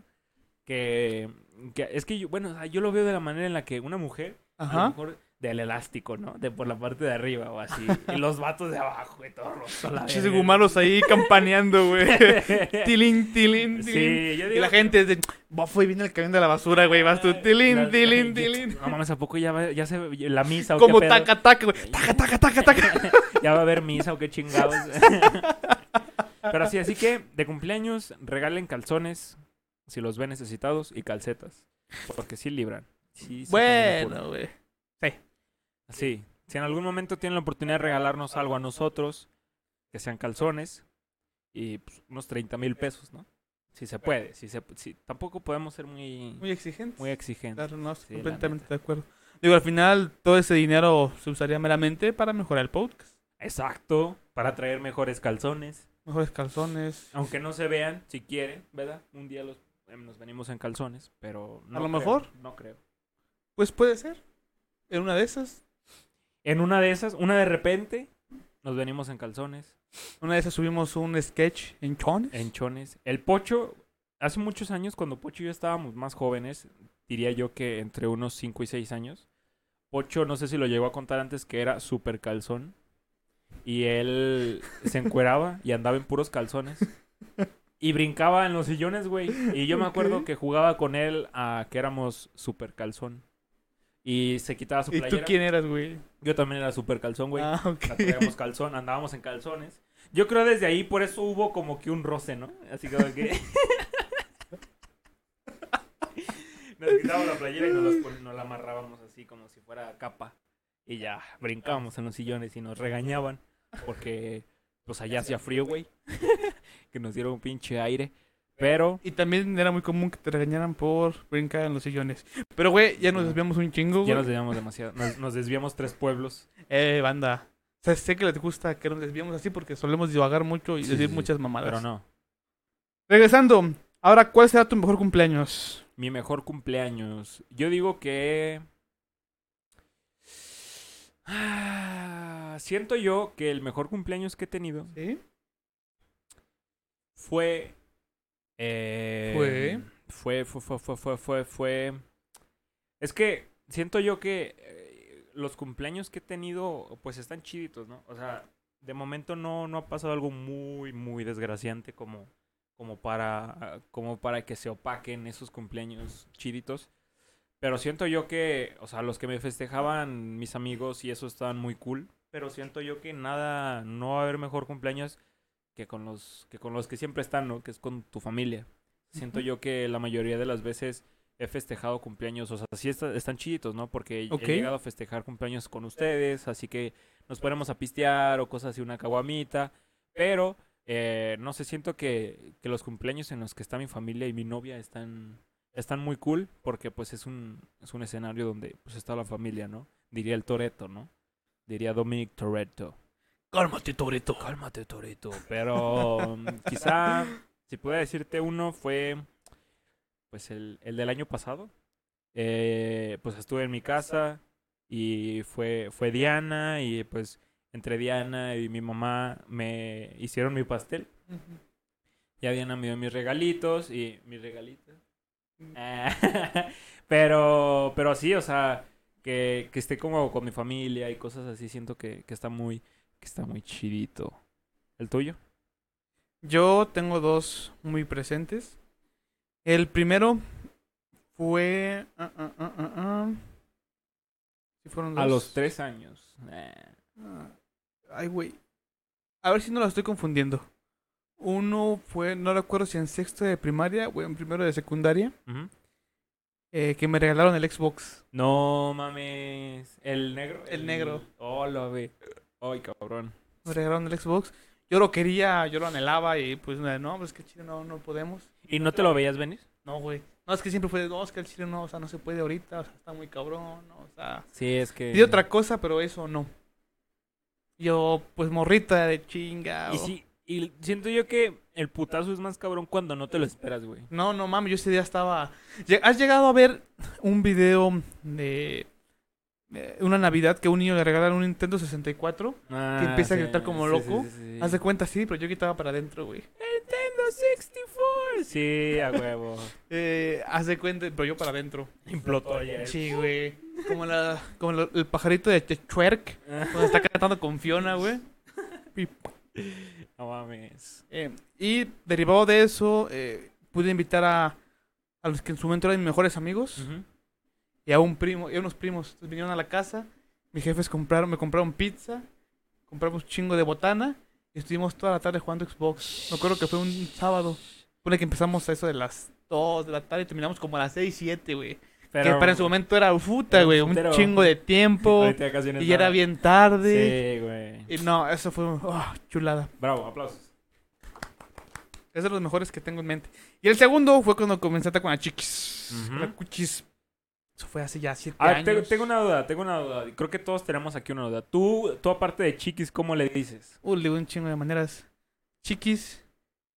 [SPEAKER 2] que, que- es que yo, bueno, o sea, yo lo veo de la manera en la que una mujer, a lo
[SPEAKER 1] Ajá.
[SPEAKER 2] mejor del elástico, ¿no? De por la parte de arriba o así. y los vatos de abajo, güey, todos rotos. a la
[SPEAKER 1] Chis
[SPEAKER 2] verga.
[SPEAKER 1] gumaros ahí campaneando, güey. tilín, tilín, tilín.
[SPEAKER 2] Sí, yo digo
[SPEAKER 1] y la
[SPEAKER 2] que-
[SPEAKER 1] gente dice, "Buah, fue bien el camión de la basura, güey. Vas tú, tilín,
[SPEAKER 2] Las-
[SPEAKER 1] tilín, tilín.
[SPEAKER 2] No mames, ¿a poco ya, va- ya se la misa o
[SPEAKER 1] Como
[SPEAKER 2] qué pedo?
[SPEAKER 1] taca, taca, güey. Taca, taca, taca, taca.
[SPEAKER 2] Ya va a haber misa o qué chingados. Pero sí, así que de cumpleaños regalen calzones si los ven necesitados y calcetas. Porque sí libran. Sí, sí ponen de
[SPEAKER 1] bueno, güey.
[SPEAKER 2] culo. Sí. Si en algún momento tienen la oportunidad de regalarnos algo a nosotros, que sean calzones y pues, unos 30 mil pesos, ¿no? Si se puede. Si se, si- tampoco podemos ser muy,
[SPEAKER 1] Muy exigente.
[SPEAKER 2] muy exigentes.
[SPEAKER 1] Claro, no,
[SPEAKER 2] Sí, la
[SPEAKER 1] completamente
[SPEAKER 2] neta.
[SPEAKER 1] de acuerdo. Digo, al final todo ese dinero se usaría meramente para mejorar el podcast.
[SPEAKER 2] Exacto. Para traer mejores calzones.
[SPEAKER 1] Mejores calzones.
[SPEAKER 2] Aunque no se vean, si quieren, ¿verdad? Un día los, eh, nos venimos en calzones, pero no
[SPEAKER 1] lo
[SPEAKER 2] creo,
[SPEAKER 1] mejor.
[SPEAKER 2] No creo.
[SPEAKER 1] Pues puede ser. En una de esas.
[SPEAKER 2] En una de esas, una de repente, nos venimos en calzones,
[SPEAKER 1] Una de esas subimos un sketch en chones.
[SPEAKER 2] en chones. El Pocho, hace muchos años, cuando Pocho y yo estábamos más jóvenes, diría yo que entre unos 5 y 6 años, Pocho, no sé si lo llegó a contar antes, que era súper calzón. Y él se encueraba y andaba en puros calzones. Y brincaba en los sillones, güey. Y yo me acuerdo
[SPEAKER 1] Ok.
[SPEAKER 2] que jugaba con él a que éramos super calzón. Y se quitaba su
[SPEAKER 1] ¿Y
[SPEAKER 2] playera.
[SPEAKER 1] tú quién eras, güey?
[SPEAKER 2] Yo también era super calzón, güey.
[SPEAKER 1] Ah, ok.
[SPEAKER 2] La traíamos calzón, andábamos en calzones. Yo creo desde ahí por eso hubo como que un roce, ¿no? Así como que... nos quitábamos la playera y nos, las pon- nos la amarrábamos así como si fuera capa. Y ya, brincábamos en los sillones y nos regañaban porque pues allá hacía frío, güey. que nos dieron un pinche aire. Pero...
[SPEAKER 1] Y también era muy común que te regañaran por brincar en los sillones. Pero, güey, ya nos desviamos un chingo,
[SPEAKER 2] Ya
[SPEAKER 1] Pues, güey.
[SPEAKER 2] nos desviamos demasiado. Nos, nos desviamos tres pueblos.
[SPEAKER 1] Eh, banda. O sea, sé que les gusta que nos desviamos así porque solemos divagar mucho y
[SPEAKER 2] Sí,
[SPEAKER 1] decir
[SPEAKER 2] sí, sí.
[SPEAKER 1] muchas mamadas.
[SPEAKER 2] Pero no.
[SPEAKER 1] Regresando. Ahora, ¿cuál será tu mejor cumpleaños?
[SPEAKER 2] Mi mejor cumpleaños. Yo digo que. Ah, Siento yo que el mejor cumpleaños que he tenido
[SPEAKER 1] ¿Sí?
[SPEAKER 2] fue. eh,
[SPEAKER 1] Fue.
[SPEAKER 2] Fue, fue, fue, fue, fue, fue, fue- Es que siento yo que eh, los cumpleaños que he tenido, pues están chiditos, ¿no? O sea, de momento no, no ha pasado algo muy, muy desgraciante como, como, para, como para que se opaquen esos cumpleaños chiditos. Pero siento yo que, o sea, los que me festejaban mis amigos y eso estaban muy cool. Pero siento yo que nada, no va a haber mejor cumpleaños que con los que, con los que siempre están, ¿no? Que es con tu familia. Siento yo que la mayoría de las veces he festejado cumpleaños, o sea, sí está- están chiditos, ¿no? Porque
[SPEAKER 1] Ok.
[SPEAKER 2] he llegado a festejar cumpleaños con ustedes, así que nos ponemos a pistear o cosas así, una caguamita. Pero eh, no sé, siento que, que los cumpleaños en los que está mi familia y mi novia están, están muy cool porque pues es un, es un escenario donde pues está la familia, ¿no? Diría el Toreto, ¿no? Diría Dominic Toretto.
[SPEAKER 1] Cálmate, Toreto.
[SPEAKER 2] Cálmate, Torito. Pero mm, quizá, si pudiera decirte uno, fue pues el, el del año pasado. Eh, pues estuve en mi casa y fue, fue Diana y pues entre Diana y mi mamá me hicieron mi pastel. Ya Diana me dio mis regalitos y mis regalitos.
[SPEAKER 1] Mm.
[SPEAKER 2] Ah, pero, pero sí, o sea, que, que esté como con mi familia y cosas así, siento que, que está muy, que está muy chidito. ¿El tuyo?
[SPEAKER 1] Yo tengo dos muy presentes. El primero fue. ah, ah, ah, ah, ah. Sí fueron
[SPEAKER 2] A
[SPEAKER 1] dos.
[SPEAKER 2] los tres años. Ah,
[SPEAKER 1] Ah, Ay, güey. A ver si no la estoy confundiendo. Uno fue, no recuerdo si en sexto de primaria o en primero de secundaria,
[SPEAKER 2] ujú.
[SPEAKER 1] eh, que me regalaron el Xbox.
[SPEAKER 2] No mames. ¿El negro?
[SPEAKER 1] El negro.
[SPEAKER 2] Hola, ve. Ay, cabrón.
[SPEAKER 1] Me regalaron el Xbox. Yo lo quería, yo lo anhelaba y pues no, pues que chile no, no podemos.
[SPEAKER 2] ¿Y no te lo veías venir?
[SPEAKER 1] No, güey. No, es que siempre fue de, no, es que el chile no, o sea, no se puede ahorita, o sea, está muy cabrón, no, o sea.
[SPEAKER 2] Sí, es que.
[SPEAKER 1] Di otra cosa, pero eso no. Yo, pues morrita de chinga.
[SPEAKER 2] Y
[SPEAKER 1] o-
[SPEAKER 2] sí, y siento yo que el putazo es más cabrón cuando no te lo esperas, güey.
[SPEAKER 1] No, no mames, yo ese día estaba. Lle- ¿Has llegado a ver un video de eh, una Navidad que un niño le regalaron un Nintendo 64? Que
[SPEAKER 2] Ah,
[SPEAKER 1] empieza a gritar como loco. Haz de cuenta, sí, pero yo gritaba para adentro, güey.
[SPEAKER 2] Nintendo 64. Sí, a huevo.
[SPEAKER 1] Eh, haz de cuenta, pero yo para adentro.
[SPEAKER 2] Implotó ya.
[SPEAKER 1] Sí, güey. Como, la, como la- el pajarito de Ch- Twerk, cuando está cantando con Fiona, güey.
[SPEAKER 2] No mames.
[SPEAKER 1] Eh, y derivado de eso, eh, pude invitar a, a los que en su momento eran mis mejores amigos. y a un primo, y a unos primos. Entonces vinieron a la casa, mis jefes compraron, me compraron pizza, compramos chingo de botana y estuvimos toda la tarde jugando Xbox. Me acuerdo que fue un sábado. Pone que empezamos a eso de las 2 de la tarde y terminamos como a las 6, 7, güey. Que
[SPEAKER 2] Pero-
[SPEAKER 1] para en su momento era puta,
[SPEAKER 2] Era un
[SPEAKER 1] güey, un
[SPEAKER 2] putero.
[SPEAKER 1] chingo de tiempo
[SPEAKER 2] Ahorita ya casi no es
[SPEAKER 1] y ya era
[SPEAKER 2] nada.
[SPEAKER 1] bien tarde.
[SPEAKER 2] Sí, güey.
[SPEAKER 1] Y no, eso fue oh, chulada.
[SPEAKER 2] Bravo, aplausos.
[SPEAKER 1] Es de los mejores que tengo en mente. Y el segundo fue cuando comencé a estar con la chiquis.
[SPEAKER 2] Ujú.
[SPEAKER 1] La cuchis. Eso fue hace ya 7
[SPEAKER 2] Ah,
[SPEAKER 1] años.
[SPEAKER 2] te- tengo una duda, tengo una duda. Creo que todos tenemos aquí una duda. Tú, tú aparte de chiquis, ¿cómo le dices?
[SPEAKER 1] Uh, le digo un chingo de maneras. Chiquis,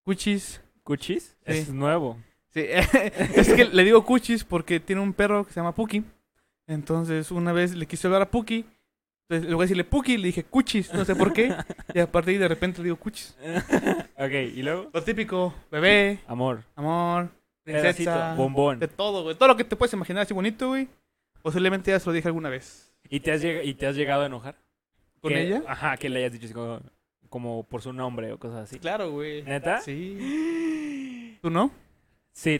[SPEAKER 1] cuchis.
[SPEAKER 2] ¿Cuchis?
[SPEAKER 1] Sí.
[SPEAKER 2] Es nuevo.
[SPEAKER 1] Sí, es que le digo cuchis porque tiene un perro que se llama Puki. Entonces, una vez le quise hablar a Puki. Entonces, luego de decirle Puki, le dije cuchis, no sé por qué. Y a partir de repente le digo cuchis.
[SPEAKER 2] ok, ¿y luego?
[SPEAKER 1] Lo típico, bebé,
[SPEAKER 2] Amor.
[SPEAKER 1] amor,
[SPEAKER 2] Pedacito,
[SPEAKER 1] princesa,
[SPEAKER 2] bombón.
[SPEAKER 1] de todo, güey. Todo lo que te puedes imaginar así bonito, güey. Posiblemente ya se lo dije alguna vez.
[SPEAKER 2] ¿Y te has, lleg- y te has llegado a enojar?
[SPEAKER 1] ¿Con
[SPEAKER 2] Que-
[SPEAKER 1] ella?
[SPEAKER 2] Ajá, que le hayas dicho así como, como por su nombre o cosas así.
[SPEAKER 1] Claro, güey.
[SPEAKER 2] ¿Neta?
[SPEAKER 1] Sí. ¿Tú no?
[SPEAKER 2] Sí,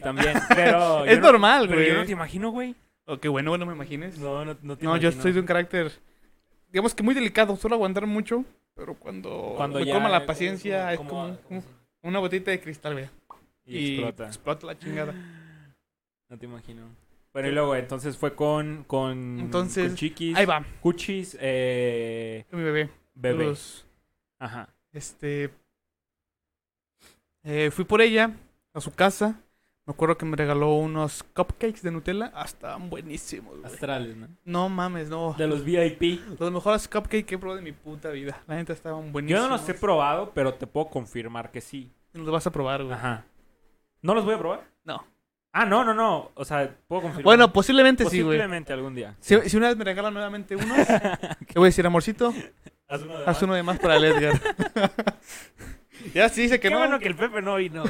[SPEAKER 2] también. Pero.
[SPEAKER 1] es
[SPEAKER 2] yo no-
[SPEAKER 1] normal,
[SPEAKER 2] Pero
[SPEAKER 1] güey.
[SPEAKER 2] yo no te imagino, güey.
[SPEAKER 1] Oh, qué bueno, no me imagines.
[SPEAKER 2] No, no, no te
[SPEAKER 1] No, yo
[SPEAKER 2] imagino.
[SPEAKER 1] soy de un carácter, digamos que muy delicado, suelo aguantar mucho, pero cuando,
[SPEAKER 2] Cuando
[SPEAKER 1] me
[SPEAKER 2] ya-
[SPEAKER 1] toma la
[SPEAKER 2] es
[SPEAKER 1] paciencia es
[SPEAKER 2] como-
[SPEAKER 1] como,
[SPEAKER 2] como- como-
[SPEAKER 1] un- una botita de cristal, vea.
[SPEAKER 2] Y,
[SPEAKER 1] Y,
[SPEAKER 2] explota.
[SPEAKER 1] la chingada.
[SPEAKER 2] No te imagino. Pero y luego, entonces fue con. con
[SPEAKER 1] Entonces,
[SPEAKER 2] con chiquis.
[SPEAKER 1] Ahí va,
[SPEAKER 2] Cuchis, eh,
[SPEAKER 1] mi bebé.
[SPEAKER 2] bebé.
[SPEAKER 1] Saludos.
[SPEAKER 2] Ajá.
[SPEAKER 1] Este. eh, fui por ella a su casa. Me acuerdo que me regaló unos cupcakes de Nutella. Ah, estaban buenísimos, güey.
[SPEAKER 2] Astrales, ¿no?
[SPEAKER 1] No mames, no.
[SPEAKER 2] De los VIP.
[SPEAKER 1] Los mejores cupcakes que he probado de mi puta vida. La neta estaban
[SPEAKER 2] Yo
[SPEAKER 1] buenísimos.
[SPEAKER 2] no los he probado, pero te puedo confirmar que sí.
[SPEAKER 1] Los vas a probar, güey.
[SPEAKER 2] Ajá. ¿No los voy a probar?
[SPEAKER 1] No.
[SPEAKER 2] Ah, no, no, no. O sea, puedo confirmar.
[SPEAKER 1] Bueno, posiblemente sí, güey.
[SPEAKER 2] posiblemente algún día.
[SPEAKER 1] Si, si una vez me regalan nuevamente unos, le voy a decir, amorcito,
[SPEAKER 2] Haz uno de
[SPEAKER 1] haz
[SPEAKER 2] más.
[SPEAKER 1] uno de más para el Edgar. ya sí dice que
[SPEAKER 2] Qué
[SPEAKER 1] no.
[SPEAKER 2] bueno que el Pepe no vino.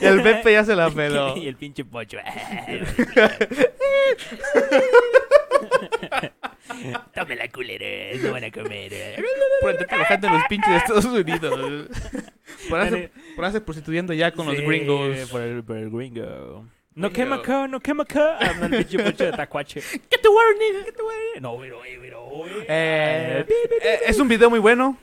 [SPEAKER 1] Y el Pepe ya se la peló.
[SPEAKER 2] y el pinche Pocho. Tómela, culera. No van a comer. eh".
[SPEAKER 1] Por andar trabajando en los pinches de Estados Unidos. por,
[SPEAKER 2] Dale.
[SPEAKER 1] hacer, por hacer prostituyendo ya con los
[SPEAKER 2] Sí,
[SPEAKER 1] gringos.
[SPEAKER 2] Por el, por el gringo. No
[SPEAKER 1] Gringo.
[SPEAKER 2] quema acá, no quema acá. Anda el pinche Pocho de Tacuache.
[SPEAKER 1] Get to work, nigga, get to work.
[SPEAKER 2] No, pero, eh, pero. eh.
[SPEAKER 1] Eh, eh, es un video muy bueno.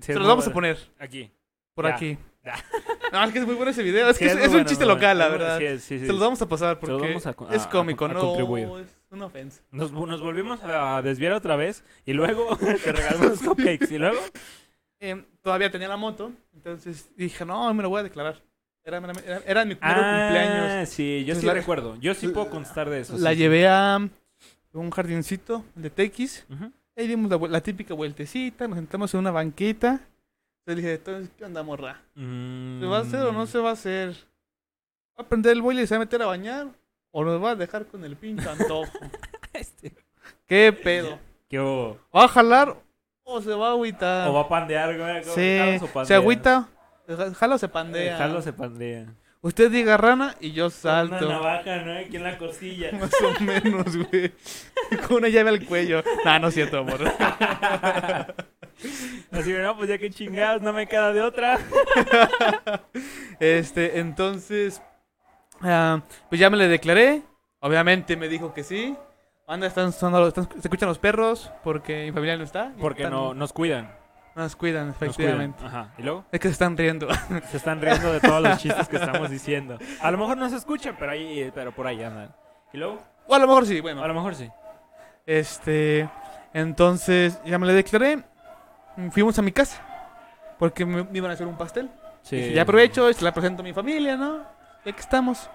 [SPEAKER 2] Sí,
[SPEAKER 1] Se
[SPEAKER 2] es
[SPEAKER 1] los
[SPEAKER 2] muy
[SPEAKER 1] vamos a
[SPEAKER 2] bueno.
[SPEAKER 1] poner
[SPEAKER 2] Aquí.
[SPEAKER 1] por
[SPEAKER 2] Ya.
[SPEAKER 1] aquí.
[SPEAKER 2] Ya.
[SPEAKER 1] No, es que es muy bueno ese video. Es que
[SPEAKER 2] Sí,
[SPEAKER 1] es,
[SPEAKER 2] muy
[SPEAKER 1] es un
[SPEAKER 2] bueno,
[SPEAKER 1] chiste
[SPEAKER 2] muy bueno.
[SPEAKER 1] local, la
[SPEAKER 2] Muy bueno,
[SPEAKER 1] verdad.
[SPEAKER 2] sí, sí, sí.
[SPEAKER 1] Se los vamos a pasar
[SPEAKER 2] Se los
[SPEAKER 1] porque
[SPEAKER 2] vamos a co-
[SPEAKER 1] es
[SPEAKER 2] a- a-
[SPEAKER 1] cómico,
[SPEAKER 2] a
[SPEAKER 1] no
[SPEAKER 2] contribuir.
[SPEAKER 1] es una ofensa.
[SPEAKER 2] Nos, nos volvimos a desviar otra vez y luego te regalamos los cupcakes y luego
[SPEAKER 1] em, todavía tenía la moto, entonces dije, no, me lo voy a declarar. Era, era- era- era mi primer
[SPEAKER 2] Ah, sí, yo
[SPEAKER 1] Entonces
[SPEAKER 2] sí
[SPEAKER 1] la-
[SPEAKER 2] recuerdo. Yo sí puedo constar de eso.
[SPEAKER 1] cumpleaños. La
[SPEAKER 2] sí, sí.
[SPEAKER 1] llevé a un jardincito el de TX.
[SPEAKER 2] Ujú.
[SPEAKER 1] Ahí dimos la, vuel- la típica vueltecita, nos sentamos en una banquita. Entonces dije, entonces, ¿qué onda, morra? ¿Se va a hacer
[SPEAKER 2] Mm.
[SPEAKER 1] o no se va a hacer? ¿Va a prender el boiler y se va a meter a bañar? ¿O nos va a dejar con el pinche antojo?
[SPEAKER 2] Este.
[SPEAKER 1] ¿Qué pedo?
[SPEAKER 2] ¿Qué hubo?
[SPEAKER 1] ¿Va a jalar o se va a agüitar?
[SPEAKER 2] ¿O va a pandear? güey? ¿Cómo- jalas
[SPEAKER 1] sí, se
[SPEAKER 2] o pandeas?
[SPEAKER 1] agüita, jala o se
[SPEAKER 2] Eh,
[SPEAKER 1] pandea.
[SPEAKER 2] Jalo se pandea.
[SPEAKER 1] Usted diga rana y yo
[SPEAKER 2] Una
[SPEAKER 1] salto.
[SPEAKER 2] navaja, ¿no? Aquí en la costilla.
[SPEAKER 1] Más o menos, güey. Con una llave al cuello. Nah, no es cierto, amor.
[SPEAKER 2] Así, no, pues ya que chingados, no me queda de otra.
[SPEAKER 1] Este, entonces, ah, pues ya me le declaré. Obviamente me dijo que sí. Anda, están sonando, están- se escuchan los perros porque mi familia no está. y
[SPEAKER 2] Porque
[SPEAKER 1] están-
[SPEAKER 2] no, nos cuidan.
[SPEAKER 1] nos cuidan,
[SPEAKER 2] Nos cuidan.
[SPEAKER 1] efectivamente.
[SPEAKER 2] Ajá. ¿Y luego?
[SPEAKER 1] Es que se están riendo.
[SPEAKER 2] Se están riendo de todos los chistes que estamos diciendo. A lo mejor no se escuchan, pero ahí, eh, pero por ahí andan. ¿Y luego?
[SPEAKER 1] o a lo mejor sí,
[SPEAKER 2] A
[SPEAKER 1] bueno.
[SPEAKER 2] lo mejor sí.
[SPEAKER 1] Este, entonces ya me le declaré. Fuimos a mi casa porque me, me iban a hacer un pastel.
[SPEAKER 2] Este,
[SPEAKER 1] Dije, ya aprovecho, se la presento a mi familia, ¿no? Ya que estamos.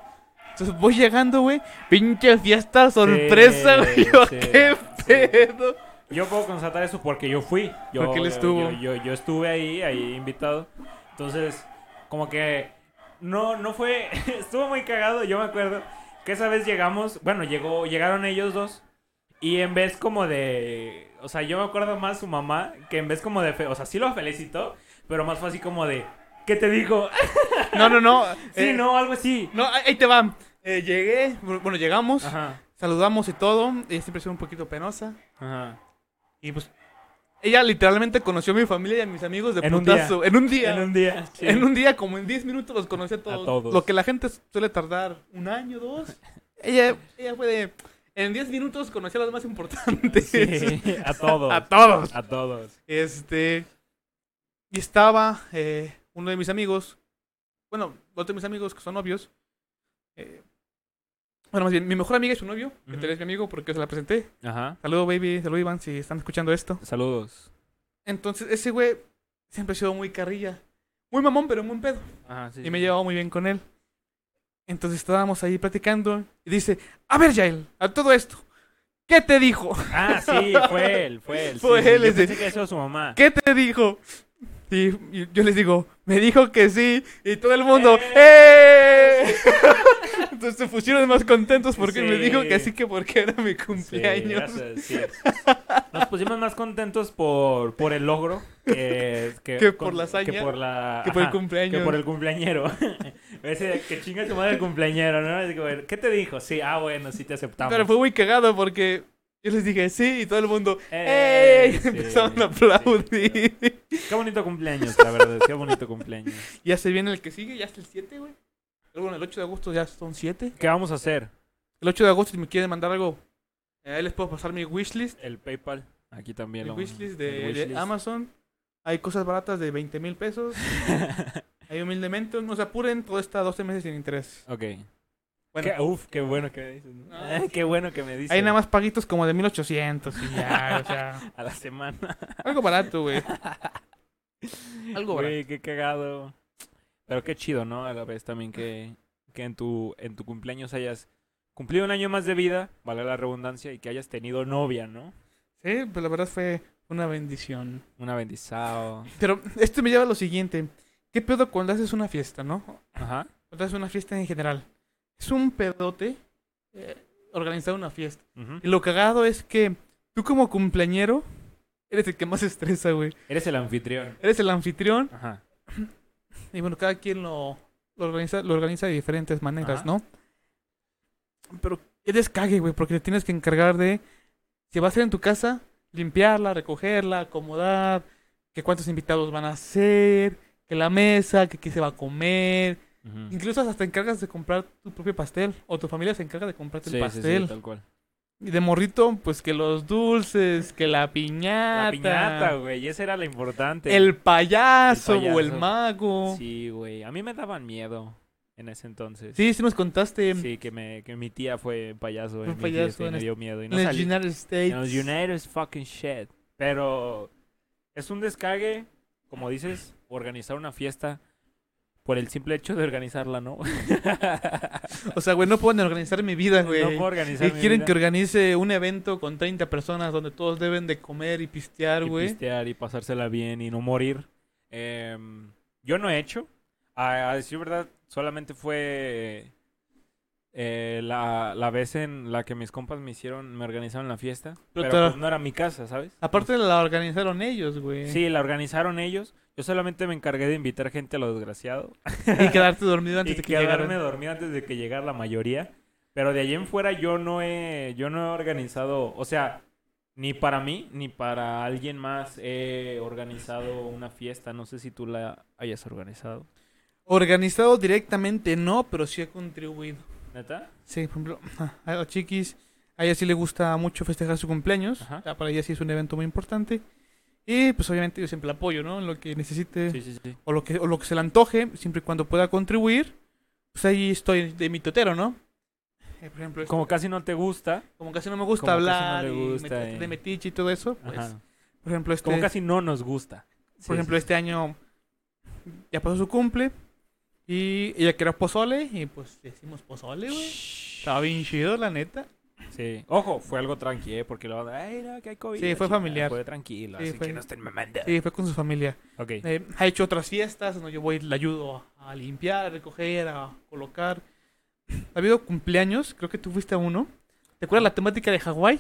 [SPEAKER 1] Entonces voy llegando, güey. Pinche fiesta, sorpresa, güey. Yo,
[SPEAKER 2] sí,
[SPEAKER 1] qué pedo.
[SPEAKER 2] Yo puedo constatar eso porque yo fui. Yo,
[SPEAKER 1] Porque él
[SPEAKER 2] yo-
[SPEAKER 1] estuvo.
[SPEAKER 2] Yo, yo- yo estuve ahí, ahí invitado. Entonces, como que no, no fue. estuvo muy cagado, yo me acuerdo. Que esa vez llegamos, bueno, llegó, llegaron ellos dos. Y en vez como de. O sea, yo me acuerdo más su mamá, que en vez como de. fe- o sea, sí lo felicitó, pero más fue así como de. ¿Qué te digo?
[SPEAKER 1] No, no, no.
[SPEAKER 2] sí,
[SPEAKER 1] eh,
[SPEAKER 2] no, algo así.
[SPEAKER 1] No, ahí ahí te va. Eh, llegué, bu- bueno, llegamos,
[SPEAKER 2] Ajá,
[SPEAKER 1] saludamos y todo. Ella siempre ha sido un poquito penosa.
[SPEAKER 2] ajá.
[SPEAKER 1] Y pues, ella literalmente conoció a mi familia y a mis amigos de
[SPEAKER 2] En un
[SPEAKER 1] putazo. en un día.
[SPEAKER 2] En un día. sí.
[SPEAKER 1] En un día, como en 10 minutos, los conocí a todos.
[SPEAKER 2] A todos.
[SPEAKER 1] Lo que la gente suele tardar un año, dos. Ella, ella fue de. En 10 minutos conocí a los más importantes.
[SPEAKER 2] Sí, a todos.
[SPEAKER 1] A todos.
[SPEAKER 2] A todos.
[SPEAKER 1] Este. Y estaba eh, uno de mis amigos. Bueno, dos de mis amigos que son novios. eh, bueno, más bien, mi mejor amiga es su novio. Que
[SPEAKER 2] Ujú.
[SPEAKER 1] te es mi amigo porque se la presenté.
[SPEAKER 2] Ajá.
[SPEAKER 1] Saludo, baby. Saludo, Iván, si están escuchando esto.
[SPEAKER 2] Saludos.
[SPEAKER 1] Entonces, ese güey siempre ha sido muy carrilla. Muy mamón, pero muy en pedo.
[SPEAKER 2] Ajá, sí.
[SPEAKER 1] Y me he llevado muy bien con él. Entonces estábamos ahí platicando. Y dice: A ver, Yael, a todo esto. ¿Qué te dijo?
[SPEAKER 2] Ah, sí, fue él, fue él.
[SPEAKER 1] Fue
[SPEAKER 2] sí, sí,
[SPEAKER 1] él,
[SPEAKER 2] Yo
[SPEAKER 1] ese.
[SPEAKER 2] pensé que eso era su mamá.
[SPEAKER 1] ¿Qué te dijo? Y y yo les digo, me dijo que sí. Y todo el mundo, ¡eh! Entonces se pusieron más contentos porque me dijo que
[SPEAKER 2] Sí.
[SPEAKER 1] sí, que porque era mi
[SPEAKER 2] Sí,
[SPEAKER 1] cumpleaños.
[SPEAKER 2] gracias, sí. Nos pusimos más contentos por, por el logro que,
[SPEAKER 1] Que por la hazaña,
[SPEAKER 2] Que por, la,
[SPEAKER 1] que por el
[SPEAKER 2] ajá,
[SPEAKER 1] cumpleaños.
[SPEAKER 2] Que por el cumpleañero. Ese que chinga tu madre el cumpleañero, ¿no? Así que, bueno, ¿Qué te dijo? Sí, ah, bueno, sí te aceptamos.
[SPEAKER 1] Pero fue muy cagado porque yo les dije sí y todo el mundo,
[SPEAKER 2] Eh,
[SPEAKER 1] ¡eh!
[SPEAKER 2] sí,
[SPEAKER 1] Empezaron a
[SPEAKER 2] sí,
[SPEAKER 1] aplaudir.
[SPEAKER 2] Qué bonito cumpleaños, la verdad. Qué bonito cumpleaños.
[SPEAKER 1] ya se viene el que sigue, ya es el 7, güey. Pero Bueno, el 8 de agosto ya son 7.
[SPEAKER 2] ¿Qué vamos a hacer?
[SPEAKER 1] El 8 de agosto, si me quieren mandar algo, eh, ahí les puedo pasar mi wishlist.
[SPEAKER 2] El PayPal. Aquí también.
[SPEAKER 1] Mi
[SPEAKER 2] lo-
[SPEAKER 1] wishlist
[SPEAKER 2] el
[SPEAKER 1] de, de
[SPEAKER 2] wishlist.
[SPEAKER 1] Amazon. Hay cosas baratas de 20 mil pesos. Hay humildemente. No se apuren, todo está 12 meses sin interés.
[SPEAKER 2] Ok.
[SPEAKER 1] Bueno.
[SPEAKER 2] Qué- uf, qué bueno que me dices. ¿no?
[SPEAKER 1] No.
[SPEAKER 2] qué bueno que me dices.
[SPEAKER 1] Hay Ah. nada más paguitos como de 1800 y ya, o sea.
[SPEAKER 2] A la semana.
[SPEAKER 1] Algo barato, güey. Algo barato.
[SPEAKER 2] Güey, qué cagado. Pero qué chido, ¿no? A la vez también que, que en, tu, en tu cumpleaños hayas cumplido un año más de vida, vale la redundancia, y que hayas tenido novia, ¿no?
[SPEAKER 1] Sí, pues la verdad fue una bendición.
[SPEAKER 2] Una bendizao.
[SPEAKER 1] Pero esto me lleva a lo siguiente. ¿Qué pedo cuando haces una fiesta, no?
[SPEAKER 2] Ajá.
[SPEAKER 1] Cuando haces una fiesta en general. Es un pedote eh, organizar una fiesta.
[SPEAKER 2] ujú.
[SPEAKER 1] Y lo cagado es que tú como cumpleañero eres el que más estresa, güey.
[SPEAKER 2] Eres el anfitrión.
[SPEAKER 1] Eres el anfitrión
[SPEAKER 2] Ajá.
[SPEAKER 1] Y bueno, cada quien lo, lo organiza, lo organiza de diferentes maneras,
[SPEAKER 2] Ajá.
[SPEAKER 1] ¿no? Pero qué descague, güey, porque te tienes que encargar de, si va a ser en tu casa, limpiarla, recogerla, acomodar, que cuántos invitados van a ser, que la mesa, que qué se va a comer.
[SPEAKER 2] ujú.
[SPEAKER 1] Incluso hasta te encargas de comprar tu propio pastel, o tu familia se encarga de comprarte
[SPEAKER 2] Sí,
[SPEAKER 1] el
[SPEAKER 2] sí,
[SPEAKER 1] pastel.
[SPEAKER 2] sí, tal cual.
[SPEAKER 1] Y de morrito, pues que los dulces, que la piñata,
[SPEAKER 2] La piñata, güey. Esa era la importante.
[SPEAKER 1] el, payaso
[SPEAKER 2] El payaso.
[SPEAKER 1] o el mago. Sí,
[SPEAKER 2] Sí, güey. A mí me daban miedo en ese entonces.
[SPEAKER 1] sí, nos contaste.
[SPEAKER 2] Sí, que, me, que mi tía fue payaso.
[SPEAKER 1] Fue
[SPEAKER 2] en mi
[SPEAKER 1] payaso
[SPEAKER 2] fiesta y
[SPEAKER 1] en
[SPEAKER 2] me
[SPEAKER 1] est-
[SPEAKER 2] dio miedo. Y no
[SPEAKER 1] En los
[SPEAKER 2] salí.
[SPEAKER 1] United States.
[SPEAKER 2] En los United fucking shit. Pero es un descague como dices, organizar una fiesta por el simple hecho de organizarla, ¿no?
[SPEAKER 1] O sea, güey, no pueden organizar mi vida,
[SPEAKER 2] No
[SPEAKER 1] güey.
[SPEAKER 2] puedo organizar
[SPEAKER 1] y
[SPEAKER 2] mi
[SPEAKER 1] quieren
[SPEAKER 2] vida.
[SPEAKER 1] que organice un evento con 30 personas donde todos deben de comer y pistear,
[SPEAKER 2] y
[SPEAKER 1] güey.
[SPEAKER 2] pistear y pasársela bien y no morir. Em, yo no he hecho. A, a decir verdad, solamente fue eh, la, la vez en la que mis compas me hicieron, me organizaron la fiesta.
[SPEAKER 1] Pero
[SPEAKER 2] Pero,
[SPEAKER 1] te-
[SPEAKER 2] pues, no era mi casa, ¿sabes?
[SPEAKER 1] Aparte la organizaron ellos, güey.
[SPEAKER 2] Sí, la organizaron ellos. Yo solamente me encargué de invitar gente a lo desgraciado.
[SPEAKER 1] Y quedarte dormido antes
[SPEAKER 2] y
[SPEAKER 1] de que
[SPEAKER 2] quedarme
[SPEAKER 1] llegaran.
[SPEAKER 2] dormido antes de que llegara la mayoría. Pero de allí en fuera yo no he, yo no he organizado, o sea, ni para mí ni para alguien más he organizado una fiesta. No sé si tú la hayas organizado.
[SPEAKER 1] Organizado directamente no, pero sí ha contribuido.
[SPEAKER 2] ¿Neta?
[SPEAKER 1] Sí, por ejemplo, a los chiquis, a ella sí le gusta mucho festejar su cumpleaños.
[SPEAKER 2] Ajá.
[SPEAKER 1] Ya Para ella sí es un evento muy importante. Y pues obviamente yo siempre la apoyo, ¿no? En lo que necesite
[SPEAKER 2] Sí, sí, sí.
[SPEAKER 1] o, lo que, o lo que se le antoje, siempre y cuando pueda contribuir, pues ahí estoy de mi totero, ¿no? Eh, por ejemplo,
[SPEAKER 2] Como casi no te gusta.
[SPEAKER 1] como casi no me gusta
[SPEAKER 2] Como casi no
[SPEAKER 1] hablar
[SPEAKER 2] le
[SPEAKER 1] y
[SPEAKER 2] gusta,
[SPEAKER 1] met-
[SPEAKER 2] eh.
[SPEAKER 1] de metiche y todo eso, pues,
[SPEAKER 2] ajá.
[SPEAKER 1] por ejemplo, este,
[SPEAKER 2] Como casi no nos gusta. Sí,
[SPEAKER 1] por ejemplo,
[SPEAKER 2] sí, sí.
[SPEAKER 1] este año ya pasó su cumple y ella quería pozole y pues le hicimos pozole, güey. Estaba bien chido, la neta.
[SPEAKER 2] Sí. Ojo, fue algo tranqui, ¿eh? porque luego, ay, no, que hay COVID.
[SPEAKER 1] Sí,
[SPEAKER 2] la
[SPEAKER 1] fue
[SPEAKER 2] chingada".
[SPEAKER 1] familiar.
[SPEAKER 2] Fue tranquilo,
[SPEAKER 1] Sí,
[SPEAKER 2] así
[SPEAKER 1] fue-
[SPEAKER 2] que no estén mamando.
[SPEAKER 1] Sí, fue con su familia.
[SPEAKER 2] Ok.
[SPEAKER 1] Eh, ha hecho otras fiestas, ¿no? yo voy y le ayudo a, a limpiar, a recoger, a colocar. Ha habido cumpleaños, creo que tú fuiste a uno. ¿Te acuerdas la temática de Hawái?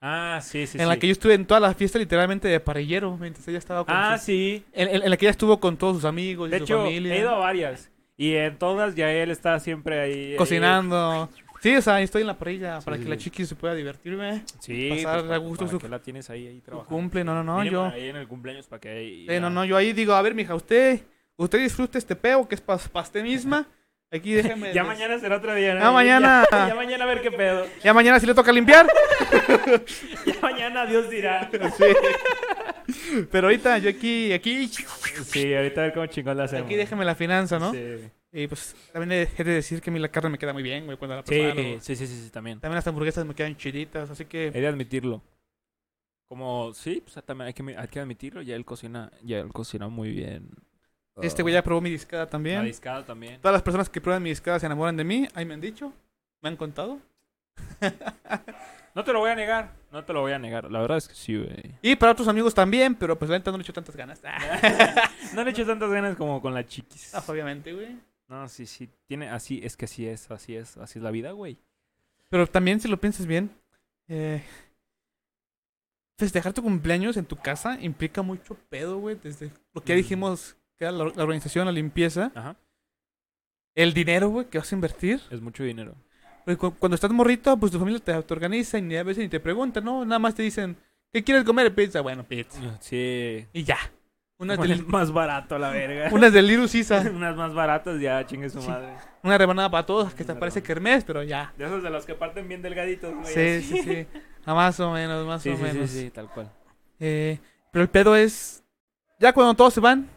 [SPEAKER 2] Ah, sí, sí,
[SPEAKER 1] en la
[SPEAKER 2] sí.
[SPEAKER 1] que yo estuve en toda la fiesta literalmente de parrillero, mientras ella estaba con
[SPEAKER 2] Ah,
[SPEAKER 1] sus-
[SPEAKER 2] sí.
[SPEAKER 1] en, en- en la que ella estuvo con todos sus amigos
[SPEAKER 2] De
[SPEAKER 1] y su
[SPEAKER 2] hecho,
[SPEAKER 1] familia.
[SPEAKER 2] he ido a varias. Y en todas ya él está siempre ahí. eh, ahí.
[SPEAKER 1] cocinando. Sí, o sea, estoy en la parrilla
[SPEAKER 2] Sí,
[SPEAKER 1] para
[SPEAKER 2] sí,
[SPEAKER 1] que la
[SPEAKER 2] sí.
[SPEAKER 1] chiqui se pueda divertirme.
[SPEAKER 2] Sí. pues,
[SPEAKER 1] Pasar
[SPEAKER 2] para-
[SPEAKER 1] a gusto
[SPEAKER 2] para
[SPEAKER 1] su-
[SPEAKER 2] que la tienes ahí, ahí
[SPEAKER 1] su
[SPEAKER 2] trabajando.
[SPEAKER 1] cumple, no, no, no,
[SPEAKER 2] Mínimo
[SPEAKER 1] yo.
[SPEAKER 2] Ahí en el cumpleaños para que ahí.
[SPEAKER 1] Eh, no,
[SPEAKER 2] ya-
[SPEAKER 1] no, yo ahí digo, a ver, mija, usted, usted disfrute este peo que es para usted misma. Aquí déjeme.
[SPEAKER 2] Ya
[SPEAKER 1] les-
[SPEAKER 2] mañana será otro día, ¿no?
[SPEAKER 1] Ya Ah, mañana.
[SPEAKER 2] Ya, ya mañana a ver qué pedo.
[SPEAKER 1] Ya mañana sí le toca limpiar.
[SPEAKER 2] Ya mañana Dios dirá.
[SPEAKER 1] Sí. Pero ahorita yo aquí, aquí,
[SPEAKER 2] Sí, ahorita a ver cómo chingón la hacemos.
[SPEAKER 1] aquí déjeme la finanza, ¿no?
[SPEAKER 2] Sí,
[SPEAKER 1] Y pues también he he de decir que a mí la carne me queda muy bien, güey, cuando la
[SPEAKER 2] sí,
[SPEAKER 1] preparo.
[SPEAKER 2] sí, sí, sí, sí, también.
[SPEAKER 1] También las hamburguesas me quedan chiditas, así que
[SPEAKER 2] He de admitirlo. Como, sí, pues también hay que, hay que admitirlo. Ya él cocina, ya él cocina muy bien.
[SPEAKER 1] este güey ya probó mi discada
[SPEAKER 2] La
[SPEAKER 1] también.
[SPEAKER 2] discada también.
[SPEAKER 1] Todas las personas que prueban mi discada se enamoran de mí, ahí me han dicho, me han contado.
[SPEAKER 2] No te lo voy a negar, no te lo voy a negar. La verdad es que sí, güey.
[SPEAKER 1] Y para otros amigos también, pero pues la neta no le echo tantas ganas. Ah,
[SPEAKER 2] No le echo tantas ganas como con la chiquis.
[SPEAKER 1] obviamente, güey.
[SPEAKER 2] No, sí, sí. Tiene, así, es que así es, así es, así es la vida, güey.
[SPEAKER 1] Pero también si lo piensas bien, eh, festejar tu cumpleaños en tu casa implica mucho pedo, güey. Desde lo que ya
[SPEAKER 2] Mm.
[SPEAKER 1] dijimos, que era la, la organización, la limpieza,
[SPEAKER 2] Ajá.
[SPEAKER 1] el dinero, güey, que vas a invertir.
[SPEAKER 2] Es mucho dinero.
[SPEAKER 1] Porque cu- cuando estás morrito, pues tu familia te, te organiza y a veces ni te preguntan, ¿no? Nada más te dicen, ¿qué quieres comer? Pizza, bueno, pizza.
[SPEAKER 2] Sí.
[SPEAKER 1] Y ya. Unas
[SPEAKER 2] Bueno,
[SPEAKER 1] del,
[SPEAKER 2] es más barato, la verga.
[SPEAKER 1] unas del Little Caesar,
[SPEAKER 2] Unas más baratas, ya chingue su
[SPEAKER 1] Sí.
[SPEAKER 2] madre.
[SPEAKER 1] una rebanada para todos, que te
[SPEAKER 2] Una
[SPEAKER 1] parece
[SPEAKER 2] rebanada.
[SPEAKER 1] Kermés, pero ya.
[SPEAKER 2] De esos de los que parten bien delgaditos, güey.
[SPEAKER 1] Sí, sí,
[SPEAKER 2] así.
[SPEAKER 1] sí. Ah, Más o menos, más
[SPEAKER 2] Sí,
[SPEAKER 1] o
[SPEAKER 2] sí,
[SPEAKER 1] menos.
[SPEAKER 2] sí, sí, tal cual.
[SPEAKER 1] Eh, pero el pedo es, ya cuando todos se van,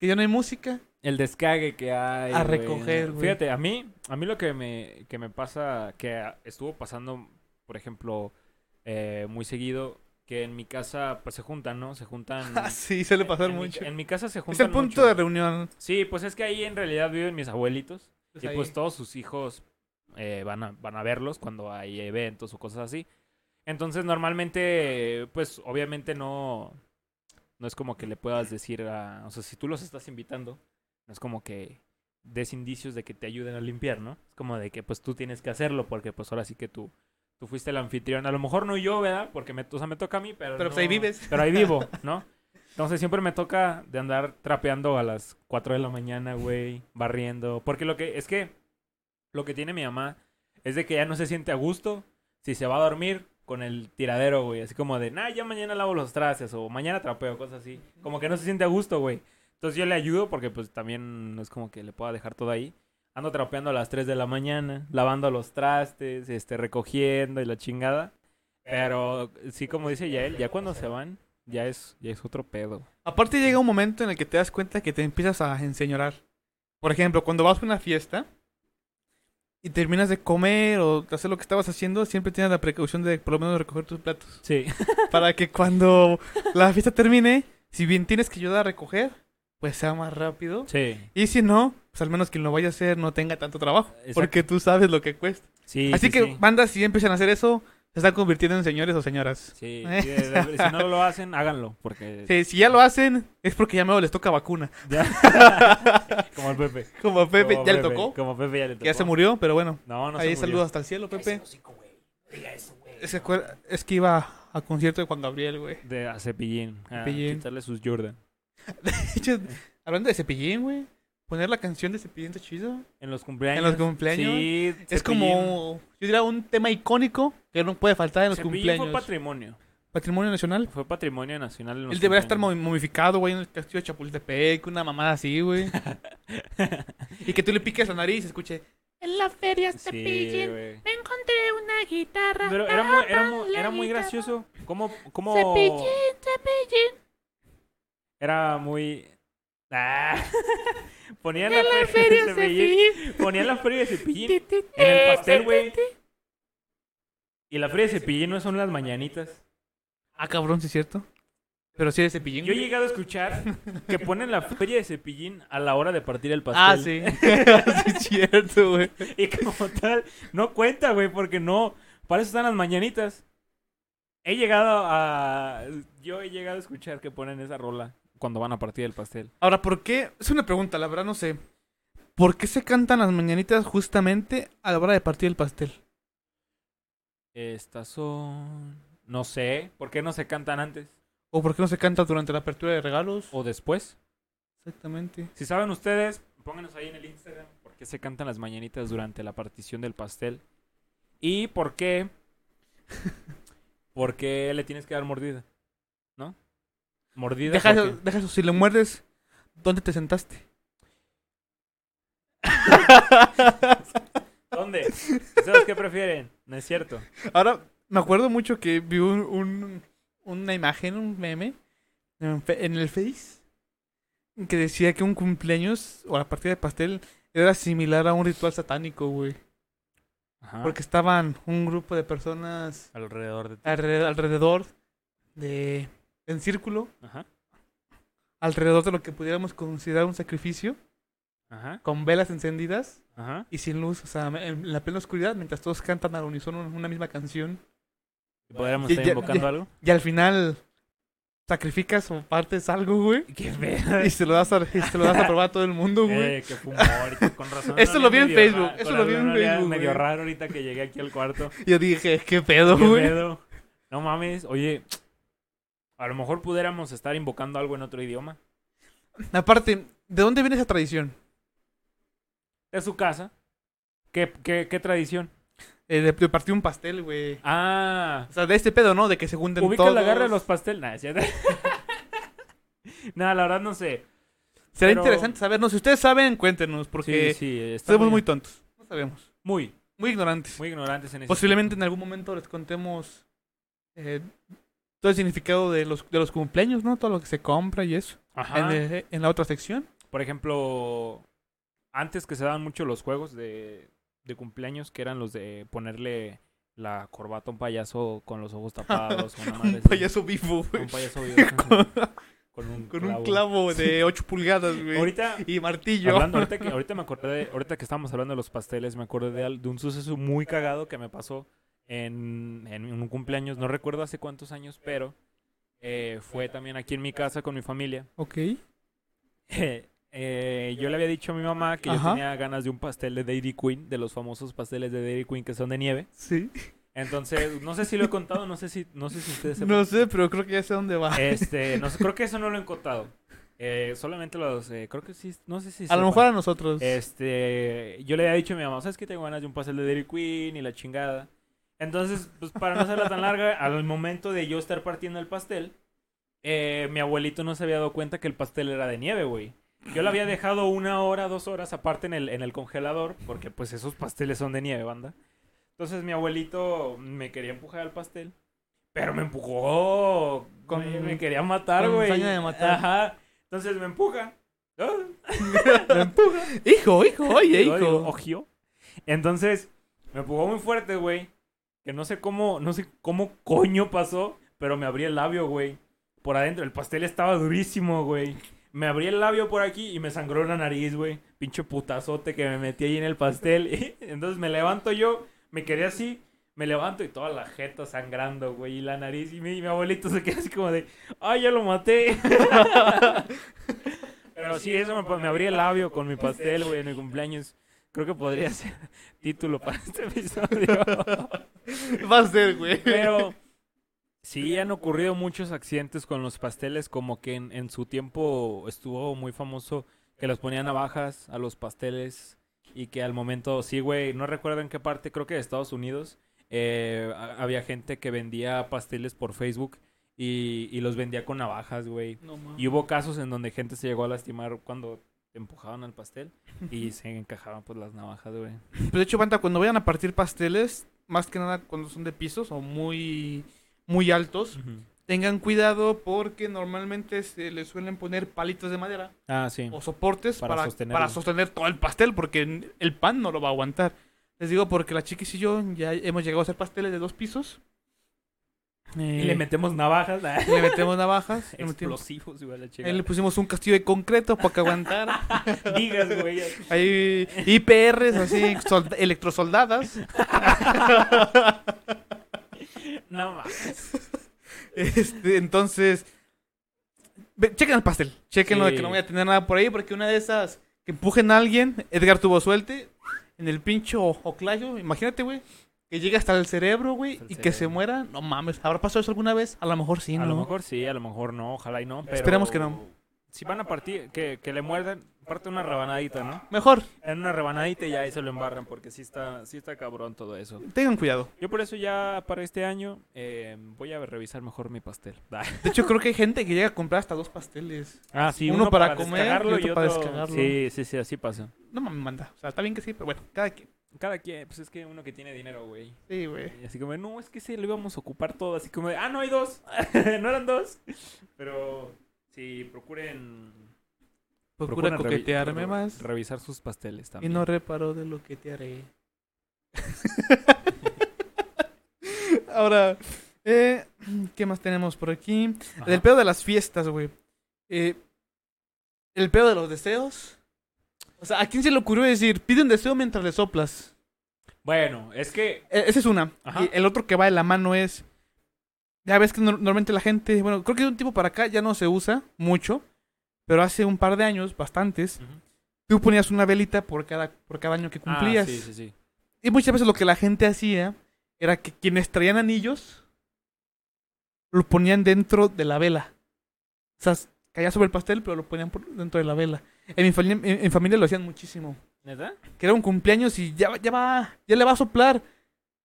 [SPEAKER 1] que ya no hay música,
[SPEAKER 2] El descague que hay.
[SPEAKER 1] A
[SPEAKER 2] güey.
[SPEAKER 1] recoger, güey.
[SPEAKER 2] Fíjate, a mí, a mí lo que me, que me pasa, que a- estuvo pasando, por ejemplo, eh, muy seguido, que en mi casa pues, se juntan, ¿no? Se juntan.
[SPEAKER 1] Ah, sí, suele pasar
[SPEAKER 2] en mi-
[SPEAKER 1] mucho.
[SPEAKER 2] en mi casa se
[SPEAKER 1] es
[SPEAKER 2] juntan.
[SPEAKER 1] el punto
[SPEAKER 2] mucho.
[SPEAKER 1] de reunión.
[SPEAKER 2] Sí, pues es que ahí en realidad viven mis abuelitos.
[SPEAKER 1] Pues
[SPEAKER 2] y
[SPEAKER 1] ahí.
[SPEAKER 2] pues todos sus hijos eh, van, a, van a verlos cuando hay eventos o cosas así. Entonces, normalmente, pues obviamente no. No es como que le puedas decir a. O sea, si tú los estás invitando, no es como que des indicios de que te ayuden a limpiar, ¿no? Es como de que pues tú tienes que hacerlo porque pues ahora sí que tú. Tú fuiste el anfitrión. A lo mejor no yo, ¿verdad? Porque me, o sea, me toca a mí, pero.
[SPEAKER 1] Pero, pues,
[SPEAKER 2] no-
[SPEAKER 1] ahí vives.
[SPEAKER 2] Pero ahí vivo, ¿no? Entonces siempre me toca de andar trapeando a las 4 de la mañana, güey, barriendo. Porque lo que es que lo que tiene mi mamá es de que ya no se siente a gusto si se va a dormir con el tiradero, güey. Así como de, nah, ya mañana lavo los trastes o mañana trapeo, cosas así. Como que no se siente a gusto, güey. Entonces yo le ayudo porque pues también no es como que le pueda dejar todo ahí. Ando trapeando a las 3 de la mañana, lavando los trastes, este, recogiendo y la chingada. Pero sí, como dice Yael, ya cuando se van, ya es, ya es otro pedo.
[SPEAKER 1] Aparte llega un momento en el que te das cuenta que te empiezas a enseñorar. Por ejemplo, cuando vas a una fiesta y terminas de comer o de hacer lo que estabas haciendo, siempre tienes la precaución de por lo menos recoger tus platos.
[SPEAKER 2] Sí.
[SPEAKER 1] para que cuando la fiesta termine, Si bien tienes que ayudar a recoger, pues sea más rápido.
[SPEAKER 2] Sí.
[SPEAKER 1] Y si no, pues al menos quien lo vaya a hacer no tenga tanto trabajo.
[SPEAKER 2] Exacto.
[SPEAKER 1] Porque tú sabes lo que cuesta.
[SPEAKER 2] Sí,
[SPEAKER 1] Así
[SPEAKER 2] sí,
[SPEAKER 1] que
[SPEAKER 2] sí.
[SPEAKER 1] bandas, si empiezan a hacer eso, se están convirtiendo en señores o señoras.
[SPEAKER 2] Sí,
[SPEAKER 1] Eh.
[SPEAKER 2] sí, de- de- si no lo hacen, háganlo, porque...
[SPEAKER 1] Sí, si ya lo hacen, es porque ya luego les toca vacuna.
[SPEAKER 2] ya- como el Pepe.
[SPEAKER 1] Como a Pepe,
[SPEAKER 2] Como
[SPEAKER 1] ya le
[SPEAKER 2] Pepe,
[SPEAKER 1] tocó.
[SPEAKER 2] Como Pepe ya le tocó.
[SPEAKER 1] Que ya se murió, pero bueno.
[SPEAKER 2] No, no
[SPEAKER 1] ahí
[SPEAKER 2] se murió.
[SPEAKER 1] saludos hasta el cielo, Pepe. Es, que- es que iba a concierto de Juan Gabriel, güey.
[SPEAKER 2] De a Cepillín. A
[SPEAKER 1] Cepillín.
[SPEAKER 2] quitarle sus Jordan.
[SPEAKER 1] De hecho, hablando de Cepillín, güey. Poner la canción de Cepillín está chido.
[SPEAKER 2] En los cumpleaños.
[SPEAKER 1] En los cumpleaños.
[SPEAKER 2] Sí,
[SPEAKER 1] Es
[SPEAKER 2] Cepillín-
[SPEAKER 1] como, yo diría, un tema icónico que no puede faltar en los
[SPEAKER 2] Cepillín
[SPEAKER 1] cumpleaños.
[SPEAKER 2] fue patrimonio.
[SPEAKER 1] Patrimonio nacional.
[SPEAKER 2] Fue patrimonio nacional. En los
[SPEAKER 1] Él debería estar
[SPEAKER 2] cumpleaños.
[SPEAKER 1] momi- momificado, güey, en el castillo de Chapultepec, una mamada así, güey. y que tú le piques la nariz y escuche. En la feria
[SPEAKER 2] Sí,
[SPEAKER 1] Cepillín
[SPEAKER 2] güey.
[SPEAKER 1] me encontré una guitarra.
[SPEAKER 2] Pero era muy, era muy, era muy gracioso. ¿Cómo, cómo... Era muy... Ah. Ponían la, feria de Cepillín. Ponían la feria de Cepillín en el pastel, güey. Y la feria de Cepillín no son las mañanitas.
[SPEAKER 1] Ah, cabrón, sí es cierto. Pero sí de Cepillín.
[SPEAKER 2] Yo he
[SPEAKER 1] güey.
[SPEAKER 2] llegado a escuchar que ponen la feria de Cepillín a la hora de partir el pastel.
[SPEAKER 1] Ah, sí. sí es cierto, güey.
[SPEAKER 2] Y como tal, no cuenta, güey, porque no. Para eso están las mañanitas. He llegado a. Yo he llegado a escuchar que ponen esa rola cuando van a partir el pastel.
[SPEAKER 1] Ahora, ¿por qué? Es una pregunta, la verdad no sé. ¿Por qué se cantan las mañanitas justamente a la hora de partir el pastel?
[SPEAKER 2] Estas son. No sé. ¿Por qué no se cantan antes?
[SPEAKER 1] ¿O por qué no se canta durante la apertura de regalos?
[SPEAKER 2] ¿O después?
[SPEAKER 1] Exactamente.
[SPEAKER 2] Si saben ustedes, pónganos ahí en el Instagram por qué se cantan las mañanitas durante la partición del pastel. Y por qué. ¿Por qué le tienes que dar mordida? ¿No? Mordida.
[SPEAKER 1] Deja
[SPEAKER 2] porque-
[SPEAKER 1] eso, deja eso, si le muerdes, ¿dónde te sentaste?
[SPEAKER 2] ¿Dónde? ¿Ustedes qué prefieren? No es cierto.
[SPEAKER 1] Ahora, me acuerdo mucho que vi un, un- una imagen, un meme, en, fe- en el Face, que decía que un cumpleaños o la partida de pastel era similar a un ritual satánico, güey.
[SPEAKER 2] Ajá.
[SPEAKER 1] Porque estaban un grupo de personas
[SPEAKER 2] alrededor de ti.
[SPEAKER 1] alre- alrededor de... en círculo,
[SPEAKER 2] Ajá.
[SPEAKER 1] alrededor de lo que pudiéramos considerar un sacrificio,
[SPEAKER 2] Ajá.
[SPEAKER 1] con velas encendidas.
[SPEAKER 2] Ajá.
[SPEAKER 1] y sin luz, o sea, en en la plena oscuridad, mientras todos cantan al unísono una misma canción.
[SPEAKER 2] ¿Y podríamos
[SPEAKER 1] Ya-
[SPEAKER 2] estar
[SPEAKER 1] ya-
[SPEAKER 2] invocando
[SPEAKER 1] ya-
[SPEAKER 2] algo?
[SPEAKER 1] Y al final sacrificas o partes algo, güey.
[SPEAKER 2] Qué feo.
[SPEAKER 1] Y se lo das a, y se lo das a probar a todo el mundo, güey.
[SPEAKER 2] Eh, qué fumor, con razón.
[SPEAKER 1] Eso lo vi en
[SPEAKER 2] medio
[SPEAKER 1] Facebook,
[SPEAKER 2] raro,
[SPEAKER 1] eso
[SPEAKER 2] con
[SPEAKER 1] lo vi
[SPEAKER 2] razón
[SPEAKER 1] en
[SPEAKER 2] olía
[SPEAKER 1] Facebook,
[SPEAKER 2] Medio
[SPEAKER 1] güey.
[SPEAKER 2] raro ahorita que llegué aquí al cuarto.
[SPEAKER 1] Yo dije, ¿qué pedo,
[SPEAKER 2] Qué
[SPEAKER 1] güey?
[SPEAKER 2] pedo. No mames, oye. A lo mejor pudiéramos estar invocando algo en otro idioma.
[SPEAKER 1] Aparte, ¿de dónde viene esa tradición?
[SPEAKER 2] De su casa. ¿Qué, qué, qué tradición?
[SPEAKER 1] Eh, de, de partir un pastel, güey.
[SPEAKER 2] Ah,
[SPEAKER 1] O sea, de este pedo, ¿no? De que se junten
[SPEAKER 2] ubica
[SPEAKER 1] todos.
[SPEAKER 2] la garra de los pasteles. Nada, Nada, la verdad no sé.
[SPEAKER 1] Será
[SPEAKER 2] pero-
[SPEAKER 1] interesante sabernos. Si ustedes saben, cuéntenos, porque
[SPEAKER 2] sí, sí, está
[SPEAKER 1] somos muy tontos. No sabemos.
[SPEAKER 2] muy,
[SPEAKER 1] Muy ignorantes.
[SPEAKER 2] muy ignorantes en eso.
[SPEAKER 1] Posiblemente en algún momento les contemos eh, todo el significado de los, de los cumpleaños, ¿no? Todo lo que se compra y eso. En,
[SPEAKER 2] Ajá.
[SPEAKER 1] el- en la otra sección.
[SPEAKER 2] Por ejemplo, antes que se daban mucho los juegos de, de cumpleaños, que eran los de ponerle la corbata a un payaso con los ojos tapados. una madre
[SPEAKER 1] Un
[SPEAKER 2] así.
[SPEAKER 1] payaso vivo, güey.
[SPEAKER 2] Un payaso vivo.
[SPEAKER 1] Con,
[SPEAKER 2] con un
[SPEAKER 1] con un clavo de 8 pulgadas, güey.
[SPEAKER 2] Ahorita,
[SPEAKER 1] Y martillo.
[SPEAKER 2] hablando, ahorita, que, ahorita me acordé, de- ahorita que estábamos hablando de los pasteles, me acordé de, al- de un suceso muy cagado que me pasó en, en un cumpleaños, no recuerdo hace cuántos años, pero eh, fue también aquí en mi casa con mi familia.
[SPEAKER 1] Ok.
[SPEAKER 2] Eh, yo le había dicho a mi mamá que yo
[SPEAKER 1] Ajá.
[SPEAKER 2] tenía ganas de un pastel de Dairy Queen, de los famosos pasteles de Dairy Queen que son de nieve.
[SPEAKER 1] Sí.
[SPEAKER 2] Entonces, no sé si lo he contado, no sé si, no sé si ustedes sepan.
[SPEAKER 1] No sé, pero creo que ya sé dónde va.
[SPEAKER 2] Este, no sé, creo que eso no lo he contado. Eh, solamente los, eh, creo que sí, no sé si.
[SPEAKER 1] a lo
[SPEAKER 2] sepan.
[SPEAKER 1] mejor a nosotros.
[SPEAKER 2] Este, yo le había dicho a mi mamá, ¿sabes que Tengo ganas de un pastel de Dairy Queen y la chingada. Entonces, pues para no hacerla tan larga, al momento de yo estar partiendo el pastel, eh, mi abuelito no se había dado cuenta que el pastel era de nieve, güey. Yo lo había dejado una hora, dos horas aparte en el, en el congelador, porque pues esos pasteles son de nieve, banda. Entonces mi abuelito me quería empujar al pastel, pero me empujó.
[SPEAKER 1] Con-
[SPEAKER 2] güey, me quería matar,
[SPEAKER 1] con
[SPEAKER 2] güey.
[SPEAKER 1] saña de matar.
[SPEAKER 2] Ajá. Entonces me empuja. ¡Ah!
[SPEAKER 1] Hijo, hijo, oye,
[SPEAKER 2] Yo digo,
[SPEAKER 1] hijo.
[SPEAKER 2] Ojio. Entonces, me empujó muy fuerte, güey. Que no sé cómo, no sé cómo coño pasó, pero me abrí el labio, güey. por adentro. El pastel estaba durísimo, güey. Me abrí el labio por aquí y me sangró la nariz, güey. Pinche putazote que me metí ahí en el pastel. Entonces me levanto yo, me quedé así, me levanto y toda la jeta sangrando, güey, y la nariz. Y mi, mi abuelito se queda así como de, ¡ay, ya lo maté! Pero sí, eso me, me abrí el labio con mi pastel, güey, en mi cumpleaños. Creo que podría ser título para este episodio.
[SPEAKER 1] Va a ser, güey.
[SPEAKER 2] Pero sí han ocurrido muchos accidentes con los pasteles, como que en, en su tiempo estuvo muy famoso que los ponían navajas a los pasteles y que al momento, sí, güey, no recuerdo en qué parte, creo que de Estados Unidos, eh, ha- había gente que vendía pasteles por Facebook y, y los vendía con navajas, güey.
[SPEAKER 1] No,
[SPEAKER 2] Y hubo casos en donde gente se llegó a lastimar cuando te empujaban al pastel y se encajaban pues las navajas, güey.
[SPEAKER 1] Pues de hecho, banda, cuando vayan a partir pasteles, más que nada cuando son de pisos o muy, muy altos, tengan cuidado porque normalmente se le suelen poner palitos de madera
[SPEAKER 2] Ah, sí.
[SPEAKER 1] o soportes
[SPEAKER 2] Para
[SPEAKER 1] para, para sostener,
[SPEAKER 2] sostenerlo.
[SPEAKER 1] todo el pastel porque n- el pan no lo va a aguantar. Les digo porque la chiquis y yo ya hemos llegado a hacer pasteles de dos pisos.
[SPEAKER 2] Y
[SPEAKER 1] Eh,
[SPEAKER 2] le metemos navajas, ah,
[SPEAKER 1] le metemos navajas. le metimos-
[SPEAKER 2] explosivos, igual la chica.
[SPEAKER 1] ahí le pusimos un castillo de concreto para que aguantara.
[SPEAKER 2] Digas, güey.
[SPEAKER 1] Hay IPRs así, solda- electrosoldadas.
[SPEAKER 2] No más.
[SPEAKER 1] Este, entonces, ve- chequen el pastel. Chequenlo de que
[SPEAKER 2] Sí.
[SPEAKER 1] no voy a tener nada por ahí, porque una de esas que empujen a alguien, Edgar tuvo suerte en el pincho o- oclayo. Imagínate, güey, que llegue hasta el cerebro, güey,
[SPEAKER 2] Hasta el
[SPEAKER 1] y que se
[SPEAKER 2] cerebro.
[SPEAKER 1] muera. No mames, ¿habrá pasado eso alguna vez? A lo mejor sí,
[SPEAKER 2] A
[SPEAKER 1] ¿no?
[SPEAKER 2] lo mejor sí, a lo mejor no, ojalá y no. Pero...
[SPEAKER 1] Esperemos que no.
[SPEAKER 2] Si van a partir, que, que le muerdan, parte una rebanadita, ¿no?
[SPEAKER 1] Mejor,
[SPEAKER 2] En una rebanadita y ya ahí se lo embarran porque sí está, sí está cabrón todo eso.
[SPEAKER 1] tengan cuidado.
[SPEAKER 2] Yo por eso ya para este año eh, voy a revisar mejor mi pastel.
[SPEAKER 1] De hecho, creo que hay gente que llega a comprar hasta dos pasteles.
[SPEAKER 2] Ah, sí,
[SPEAKER 1] uno para comer y otro para descargarlo.
[SPEAKER 2] Sí, sí, sí, así pasa.
[SPEAKER 1] No mames, manda. O sea, está bien que sí, pero bueno, cada quien.
[SPEAKER 2] Cada quien, pues es que uno que tiene dinero, güey.
[SPEAKER 1] Sí, güey.
[SPEAKER 2] Y Así como, no, es que se lo íbamos a ocupar todo. Así como, de, ah, no hay dos. no eran dos. Pero si procuren.
[SPEAKER 1] Procura
[SPEAKER 2] procuren revi-
[SPEAKER 1] coquetearme
[SPEAKER 2] re-
[SPEAKER 1] más
[SPEAKER 2] Revisar sus pasteles
[SPEAKER 1] y
[SPEAKER 2] también.
[SPEAKER 1] no reparo de lo que te haré. Ahora, eh, ¿qué más tenemos por aquí?
[SPEAKER 2] Ajá.
[SPEAKER 1] El pedo de las fiestas, güey. Eh, el pedo de los deseos. O sea, ¿a quién se le ocurrió decir, pide un deseo mientras le soplas?
[SPEAKER 2] Bueno, es que.
[SPEAKER 1] E- esa es una.
[SPEAKER 2] Ajá.
[SPEAKER 1] Y el otro que va de la mano es... Ya ves que nor- normalmente la gente, bueno, creo que de un tiempo para acá ya no se usa mucho, pero hace un par de años, bastantes, tú ponías una velita por cada, por cada año que
[SPEAKER 2] Ah,
[SPEAKER 1] cumplías.
[SPEAKER 2] sí, sí, sí.
[SPEAKER 1] Y muchas veces lo que la gente hacía era que quienes traían anillos lo ponían dentro de la vela. O sea, s- caía sobre el pastel, pero lo ponían por dentro de la vela. En mi, fami- en, en familia lo hacían muchísimo.
[SPEAKER 2] ¿Neta?
[SPEAKER 1] Que era un cumpleaños y ya, va- ya va, ya le va a soplar.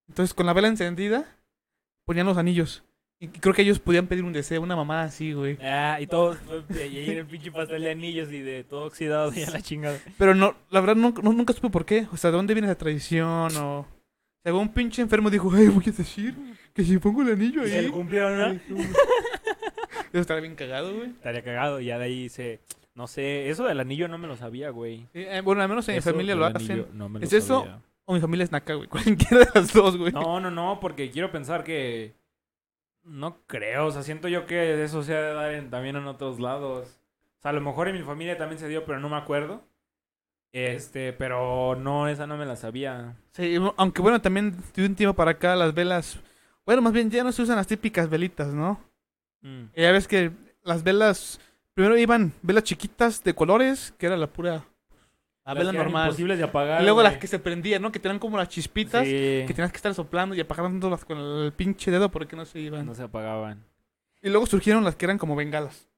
[SPEAKER 1] Entonces, con la vela encendida, ponían los anillos. Y y creo que ellos podían pedir un deseo, una mamada así, güey.
[SPEAKER 2] Ah, y todo. Y ahí el pinche pastel de anillos y de todo oxidado y a la chingada.
[SPEAKER 1] Pero no, la verdad nunca, no- nunca supe por qué. O sea, ¿de dónde viene esa tradición? O... O sea, un pinche enfermo dijo, hey, voy a decir que si pongo el anillo
[SPEAKER 2] Y
[SPEAKER 1] ahí...
[SPEAKER 2] se lo cumplieron, ¿no?
[SPEAKER 1] Eso estaría bien cagado, güey.
[SPEAKER 2] Estaría cagado. Ya de ahí se. No sé, eso del anillo no me lo sabía, güey.
[SPEAKER 1] Sí, eh, bueno, al menos en mi
[SPEAKER 2] Eso
[SPEAKER 1] familia
[SPEAKER 2] del
[SPEAKER 1] lo
[SPEAKER 2] anillo
[SPEAKER 1] hacen.
[SPEAKER 2] No me
[SPEAKER 1] ¿Es
[SPEAKER 2] lo
[SPEAKER 1] eso?
[SPEAKER 2] sabía.
[SPEAKER 1] O mi familia es naca, güey. Cualquiera de las dos, güey.
[SPEAKER 2] No, no, no, porque quiero pensar que. No creo, o sea, siento yo que eso se ha de dar en- también en otros lados. O sea, a lo mejor en mi familia también se dio, pero no me acuerdo. Este, pero no, esa no me la sabía.
[SPEAKER 1] Sí, bueno, aunque bueno, también de un tiempo para acá las velas... Bueno, más bien ya no se usan las típicas velitas, ¿no?
[SPEAKER 2] Mm.
[SPEAKER 1] Eh, Ya ves que las velas... Primero iban velas chiquitas de colores, que era la pura... La
[SPEAKER 2] Las
[SPEAKER 1] vela
[SPEAKER 2] que eran
[SPEAKER 1] normal.
[SPEAKER 2] Imposibles de
[SPEAKER 1] Y
[SPEAKER 2] apagar.
[SPEAKER 1] luego las
[SPEAKER 2] güey.
[SPEAKER 1] que se prendían, ¿no? Que tenían como las chispitas.
[SPEAKER 2] Sí,
[SPEAKER 1] que tenías que estar soplando y apagándolas con el pinche dedo porque no se iban.
[SPEAKER 2] no se apagaban.
[SPEAKER 1] Y luego surgieron las que eran como bengalas.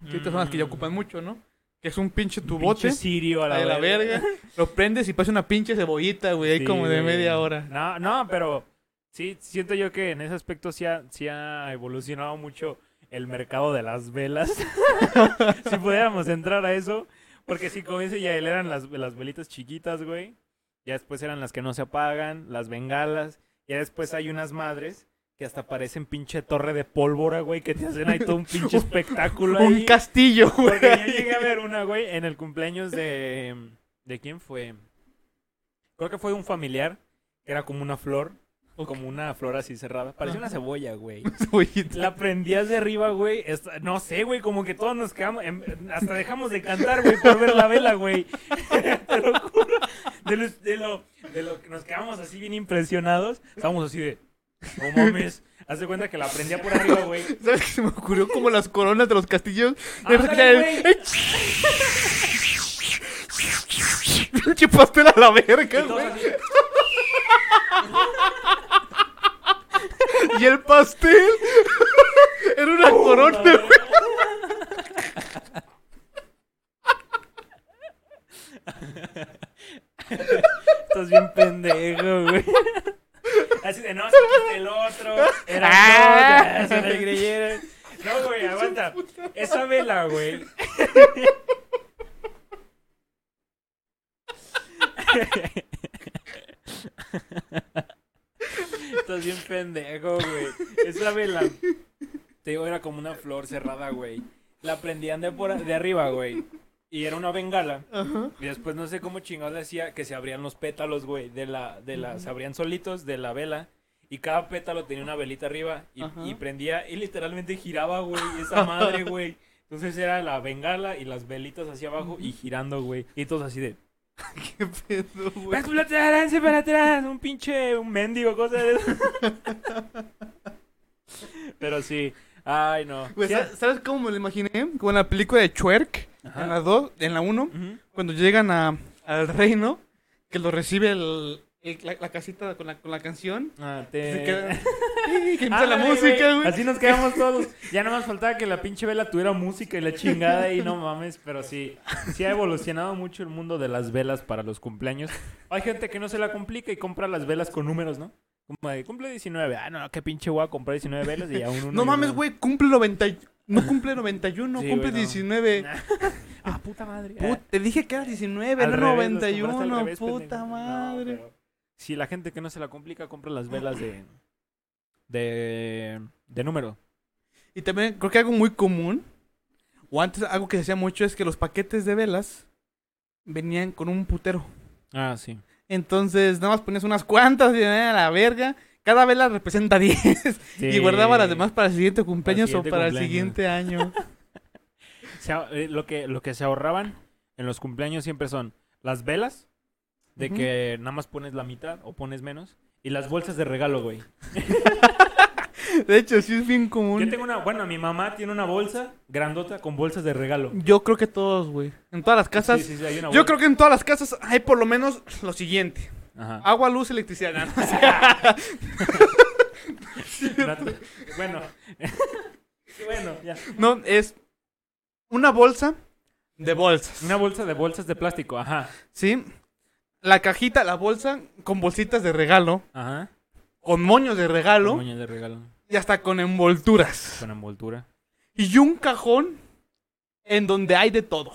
[SPEAKER 1] Que ahorita son las que ya
[SPEAKER 2] Mm.
[SPEAKER 1] ocupan mucho, ¿no? Que es un pinche
[SPEAKER 2] Un
[SPEAKER 1] tubote.
[SPEAKER 2] pinche sirio a la,
[SPEAKER 1] de la verga. Lo prendes y pasa una pinche cebollita, güey, ahí
[SPEAKER 2] Sí,
[SPEAKER 1] como de
[SPEAKER 2] güey.
[SPEAKER 1] media hora.
[SPEAKER 2] No, no, pero sí, siento yo que en ese aspecto sí ha, sí ha evolucionado mucho el mercado de las velas. si pudiéramos entrar a eso, porque si como dice Yael, eran las, las velitas chiquitas, güey. Ya después eran las que no se apagan, las bengalas. Ya después hay unas madres que hasta parecen pinche torre de pólvora, güey, que te hacen ahí todo un pinche espectáculo.
[SPEAKER 1] Un
[SPEAKER 2] ahí.
[SPEAKER 1] castillo, güey.
[SPEAKER 2] Porque yo llegué a ver una, güey, en el cumpleaños de. ¿De quién fue? Creo que fue un familiar, que era como una flor.
[SPEAKER 1] Ok.
[SPEAKER 2] como una flor así cerrada. Parecía una
[SPEAKER 1] Ajá.
[SPEAKER 2] cebolla, güey.
[SPEAKER 1] Cebollita.
[SPEAKER 2] La prendías de arriba, güey. esta- No sé, güey, como que todos nos quedamos. em, Hasta dejamos de cantar, güey, por ver la vela, güey. Te lo juro. De lo, de lo- de lo que nos quedamos así bien impresionados. Estábamos así de. No mames. Haz de cuenta que la prendía por arriba, güey.
[SPEAKER 1] ¿Sabes qué se me ocurrió? Como las coronas de los castillos.
[SPEAKER 2] Ándale, güey.
[SPEAKER 1] Pinche pastel a la verga,
[SPEAKER 2] Y todos
[SPEAKER 1] güey.
[SPEAKER 2] así,
[SPEAKER 1] Y el pastel era una
[SPEAKER 2] Oh,
[SPEAKER 1] corona.
[SPEAKER 2] Estás bien pendejo, güey. Así de, no, se quita el otro. Era
[SPEAKER 1] Ah.
[SPEAKER 2] ah. se creyeron. No, güey, aguanta. Esa vela, güey. Estás bien pendejo, güey. Esa vela, te digo, era como una flor cerrada, güey. La prendían de, por, de arriba, güey. Y era una bengala.
[SPEAKER 1] Ajá.
[SPEAKER 2] Y después no sé cómo chingados le hacía que se abrían los pétalos, güey, de la, de la, se abrían solitos de la vela. Y cada pétalo tenía una velita arriba y,
[SPEAKER 1] Ajá.
[SPEAKER 2] y prendía y literalmente giraba, güey, esa madre, güey. Entonces era la bengala y las velitas hacia abajo y girando, güey. Y todos así de... "Pues,
[SPEAKER 1] Qué pedo, güey.
[SPEAKER 2] ¡Explotaránse para atrás! Un pinche, un mendigo, cosa de eso. Pero sí, ay no.
[SPEAKER 1] Güey,
[SPEAKER 2] Sí,
[SPEAKER 1] ¿sa- Pues, ¿Sabes cómo me lo imaginé? Como en la película de Chuerk,
[SPEAKER 2] Ajá.
[SPEAKER 1] en la 2, en la 1,
[SPEAKER 2] ujú.
[SPEAKER 1] cuando llegan a, al reino, que lo recibe el, el- la, la casita con la, con la canción.
[SPEAKER 2] Ah,
[SPEAKER 1] que
[SPEAKER 2] te...
[SPEAKER 1] Se queda, ¡Sí! que empieza la
[SPEAKER 2] Ándale,
[SPEAKER 1] música, güey.
[SPEAKER 2] Así nos quedamos todos. Ya nada más faltaba que la pinche vela tuviera música y la chingada y no mames, pero sí, sí ha evolucionado mucho el mundo de las velas para los cumpleaños. Hay gente que no se la complica y compra las velas con números, ¿no? Como de cumple 19. Ah, no, qué pinche voy a comprar 19 velas y ya un uno y
[SPEAKER 1] No
[SPEAKER 2] un
[SPEAKER 1] mames,
[SPEAKER 2] uno.
[SPEAKER 1] güey, cumple 90. y- No cumple 91,
[SPEAKER 2] Sí,
[SPEAKER 1] cumple
[SPEAKER 2] güey, no.
[SPEAKER 1] 19.
[SPEAKER 2] Ah, puta madre.
[SPEAKER 1] Put- te dije que era 19,
[SPEAKER 2] Al
[SPEAKER 1] era
[SPEAKER 2] revés, los
[SPEAKER 1] 91,
[SPEAKER 2] compraste al revés,
[SPEAKER 1] puta
[SPEAKER 2] pendejo. No,
[SPEAKER 1] madre.
[SPEAKER 2] pero si la gente que no se la complica compra las velas de de de número.
[SPEAKER 1] Y también creo que algo muy común, o antes algo que se hacía mucho, es que los paquetes de velas venían con un putero.
[SPEAKER 2] Ah, sí.
[SPEAKER 1] Entonces, nada más ponías unas cuantas y eh, a la verga. Cada vela representa 10
[SPEAKER 2] Este,
[SPEAKER 1] y guardaba las demás para el siguiente cumpleaños
[SPEAKER 2] siguiente
[SPEAKER 1] o para el
[SPEAKER 2] cumpleaños.
[SPEAKER 1] siguiente año.
[SPEAKER 2] Se ah- eh, lo, que, lo que se ahorraban en los cumpleaños siempre son las velas, de
[SPEAKER 1] Ujú.
[SPEAKER 2] que nada más pones la mitad o pones menos, y las bolsas de regalo, güey.
[SPEAKER 1] De hecho, sí es bien
[SPEAKER 2] Yo
[SPEAKER 1] común.
[SPEAKER 2] tengo una, bueno, mi mamá tiene una bolsa grandota con bolsas de regalo.
[SPEAKER 1] Yo creo que todos, güey. En todas las casas.
[SPEAKER 2] Sí, sí, sí, hay
[SPEAKER 1] Yo
[SPEAKER 2] una bolsa.
[SPEAKER 1] creo que en todas las casas hay por lo menos lo siguiente.
[SPEAKER 2] Ajá.
[SPEAKER 1] Agua, luz, electricidad. No, no sé.
[SPEAKER 2] Nat- bueno. Sí, bueno, ya.
[SPEAKER 1] No, es una bolsa de bolsas.
[SPEAKER 2] Una bolsa de bolsas de plástico, ajá.
[SPEAKER 1] ¿Sí? La cajita, la bolsa con bolsitas de regalo,
[SPEAKER 2] Ajá.
[SPEAKER 1] con moños de regalo
[SPEAKER 2] Moño de regalo
[SPEAKER 1] y hasta con envolturas.
[SPEAKER 2] con envoltura.
[SPEAKER 1] Y un cajón en donde hay de todo.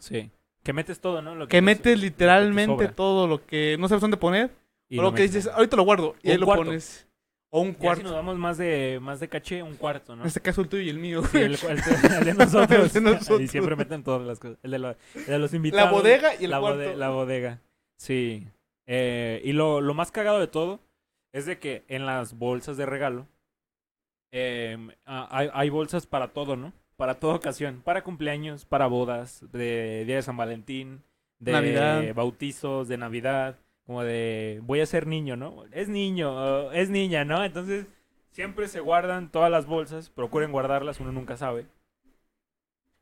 [SPEAKER 2] Sí. Que metes todo, ¿no? Lo
[SPEAKER 1] Que
[SPEAKER 2] te-
[SPEAKER 1] metes literalmente
[SPEAKER 2] sobra.
[SPEAKER 1] todo lo que no sabes dónde poner.
[SPEAKER 2] y
[SPEAKER 1] o lo que
[SPEAKER 2] metes.
[SPEAKER 1] dices, ahorita lo guardo. Y
[SPEAKER 2] O
[SPEAKER 1] ahí
[SPEAKER 2] un
[SPEAKER 1] lo
[SPEAKER 2] cuarto.
[SPEAKER 1] pones. O un
[SPEAKER 2] Ya si nos
[SPEAKER 1] cuarto.
[SPEAKER 2] damos más de, más de caché, un cuarto, ¿no?
[SPEAKER 1] En este caso el tuyo y el mío.
[SPEAKER 2] Sí, el, el- el de nosotros.
[SPEAKER 1] El de nosotros.
[SPEAKER 2] Y siempre meten todas las cosas. El de, lo- el de los invitados.
[SPEAKER 1] la bodega y el
[SPEAKER 2] la,
[SPEAKER 1] cuarto.
[SPEAKER 2] bode- la bodega. Sí. Eh, y lo, lo más cagado de todo es de que en las bolsas de regalo eh, ah, hay, hay bolsas para todo, ¿no? Para toda ocasión. Para cumpleaños, para bodas, de Día de San Valentín, de
[SPEAKER 1] Navidad.
[SPEAKER 2] bautizos, de Navidad. Como de voy a ser niño, ¿no? Es niño, o es niña, ¿no? Entonces siempre se guardan todas las bolsas. Procuren guardarlas, uno nunca sabe.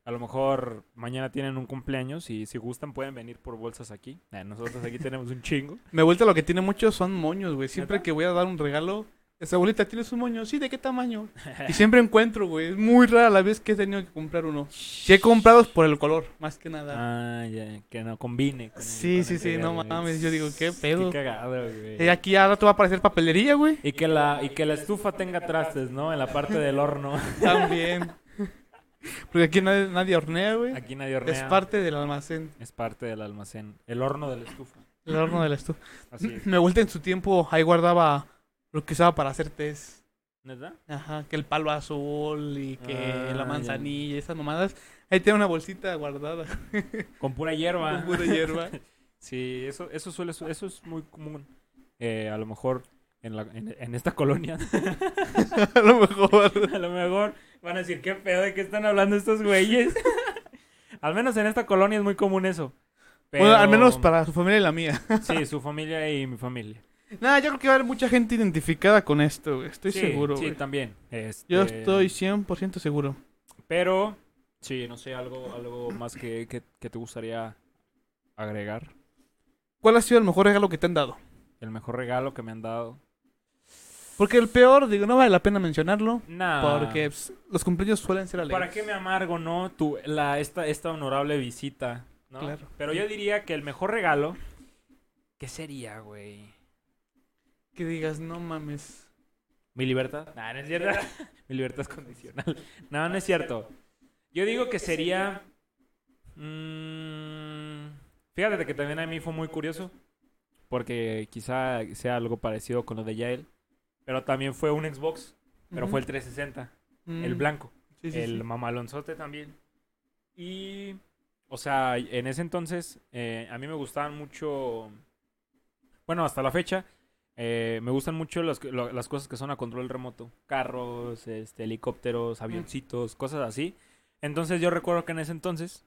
[SPEAKER 2] A lo mejor mañana tienen un cumpleaños y si gustan pueden venir por bolsas aquí. Eh, nosotros aquí tenemos un chingo.
[SPEAKER 1] Me vuelta lo que tiene mucho son moños, güey. Siempre
[SPEAKER 2] ¿Neta?
[SPEAKER 1] que voy a dar un regalo, esa abuelita tiene su moño. Sí, ¿de qué tamaño? Y siempre encuentro, güey. Es muy rara la vez que he tenido que comprar uno. Si he comprado es por el color, más que nada.
[SPEAKER 2] Ah, ya, que no combine. con el-
[SPEAKER 1] Sí,
[SPEAKER 2] con
[SPEAKER 1] sí,
[SPEAKER 2] el
[SPEAKER 1] sí, no
[SPEAKER 2] regalo,
[SPEAKER 1] mames,
[SPEAKER 2] güey.
[SPEAKER 1] yo digo, ¿qué pedo? Eh,
[SPEAKER 2] Qué cagado, güey.
[SPEAKER 1] Y aquí ahora te va a aparecer papelería, güey.
[SPEAKER 2] Y que, la, y que la estufa tenga trastes, ¿no? En la parte del horno.
[SPEAKER 1] También. Porque aquí nadie, nadie hornea, güey.
[SPEAKER 2] Aquí nadie hornea.
[SPEAKER 1] Es parte del almacén,
[SPEAKER 2] Es parte del almacén. El horno de la estufa.
[SPEAKER 1] el horno de la estufa.
[SPEAKER 2] Así es.
[SPEAKER 1] Me vuelta en su tiempo, ahí guardaba lo que usaba para hacer test.
[SPEAKER 2] ¿Neta?
[SPEAKER 1] Ajá, que el palo azul y que
[SPEAKER 2] Ah, ya.
[SPEAKER 1] la manzanilla y esas mamadas. Ahí tiene una bolsita guardada
[SPEAKER 2] Con pura hierba.
[SPEAKER 1] con pura hierba.
[SPEAKER 2] Sí, eso, eso suele, su- eso es muy común. Eh, a lo mejor en, la- en- en esta colonia,
[SPEAKER 1] A lo mejor.
[SPEAKER 2] a lo mejor van a decir, qué pedo, ¿de qué están hablando estos güeyes? al menos en esta colonia es muy común eso.
[SPEAKER 1] Bueno, al menos
[SPEAKER 2] Pero-
[SPEAKER 1] para su familia y la mía.
[SPEAKER 2] Sí, su familia y mi familia.
[SPEAKER 1] Nada, yo creo que va a haber mucha gente identificada con esto, güey. Estoy
[SPEAKER 2] Sí,
[SPEAKER 1] seguro,
[SPEAKER 2] Sí,
[SPEAKER 1] güey.
[SPEAKER 2] también. Este,
[SPEAKER 1] Yo estoy 100% seguro.
[SPEAKER 2] Pero, sí, no sé, algo, algo más que, que- que te gustaría agregar.
[SPEAKER 1] ¿Cuál ha sido el mejor regalo que te han dado?
[SPEAKER 2] El mejor regalo que me han dado.
[SPEAKER 1] Porque el peor, digo, no vale la pena mencionarlo.
[SPEAKER 2] Nada.
[SPEAKER 1] Porque pues, los cumpleaños suelen ser alegres.
[SPEAKER 2] ¿Para qué me amargo, no? Tu, la, esta, esta honorable visita, ¿no?
[SPEAKER 1] Claro.
[SPEAKER 2] Pero yo diría que el mejor regalo... ¿Qué sería, güey?
[SPEAKER 1] Que digas, no mames.
[SPEAKER 2] ¿Mi libertad? No, no es cierto. Mi libertad es condicional. No, no es cierto. Yo digo que sería... mm, fíjate que también a mí fue muy curioso. Porque quizá sea algo parecido con lo de Yael. Pero también fue un Xbox. Pero
[SPEAKER 1] Ujú.
[SPEAKER 2] fue el 360. El
[SPEAKER 1] Mm,
[SPEAKER 2] blanco.
[SPEAKER 1] sí, sí,
[SPEAKER 2] el
[SPEAKER 1] sí.
[SPEAKER 2] mamalonzote también. Y, o sea, en ese entonces eh, a mí me gustaban mucho, bueno, hasta la fecha, eh, me gustan mucho las, lo- las cosas que son a control remoto. Carros, este, helicópteros, avioncitos, cosas así. Entonces yo recuerdo que en ese entonces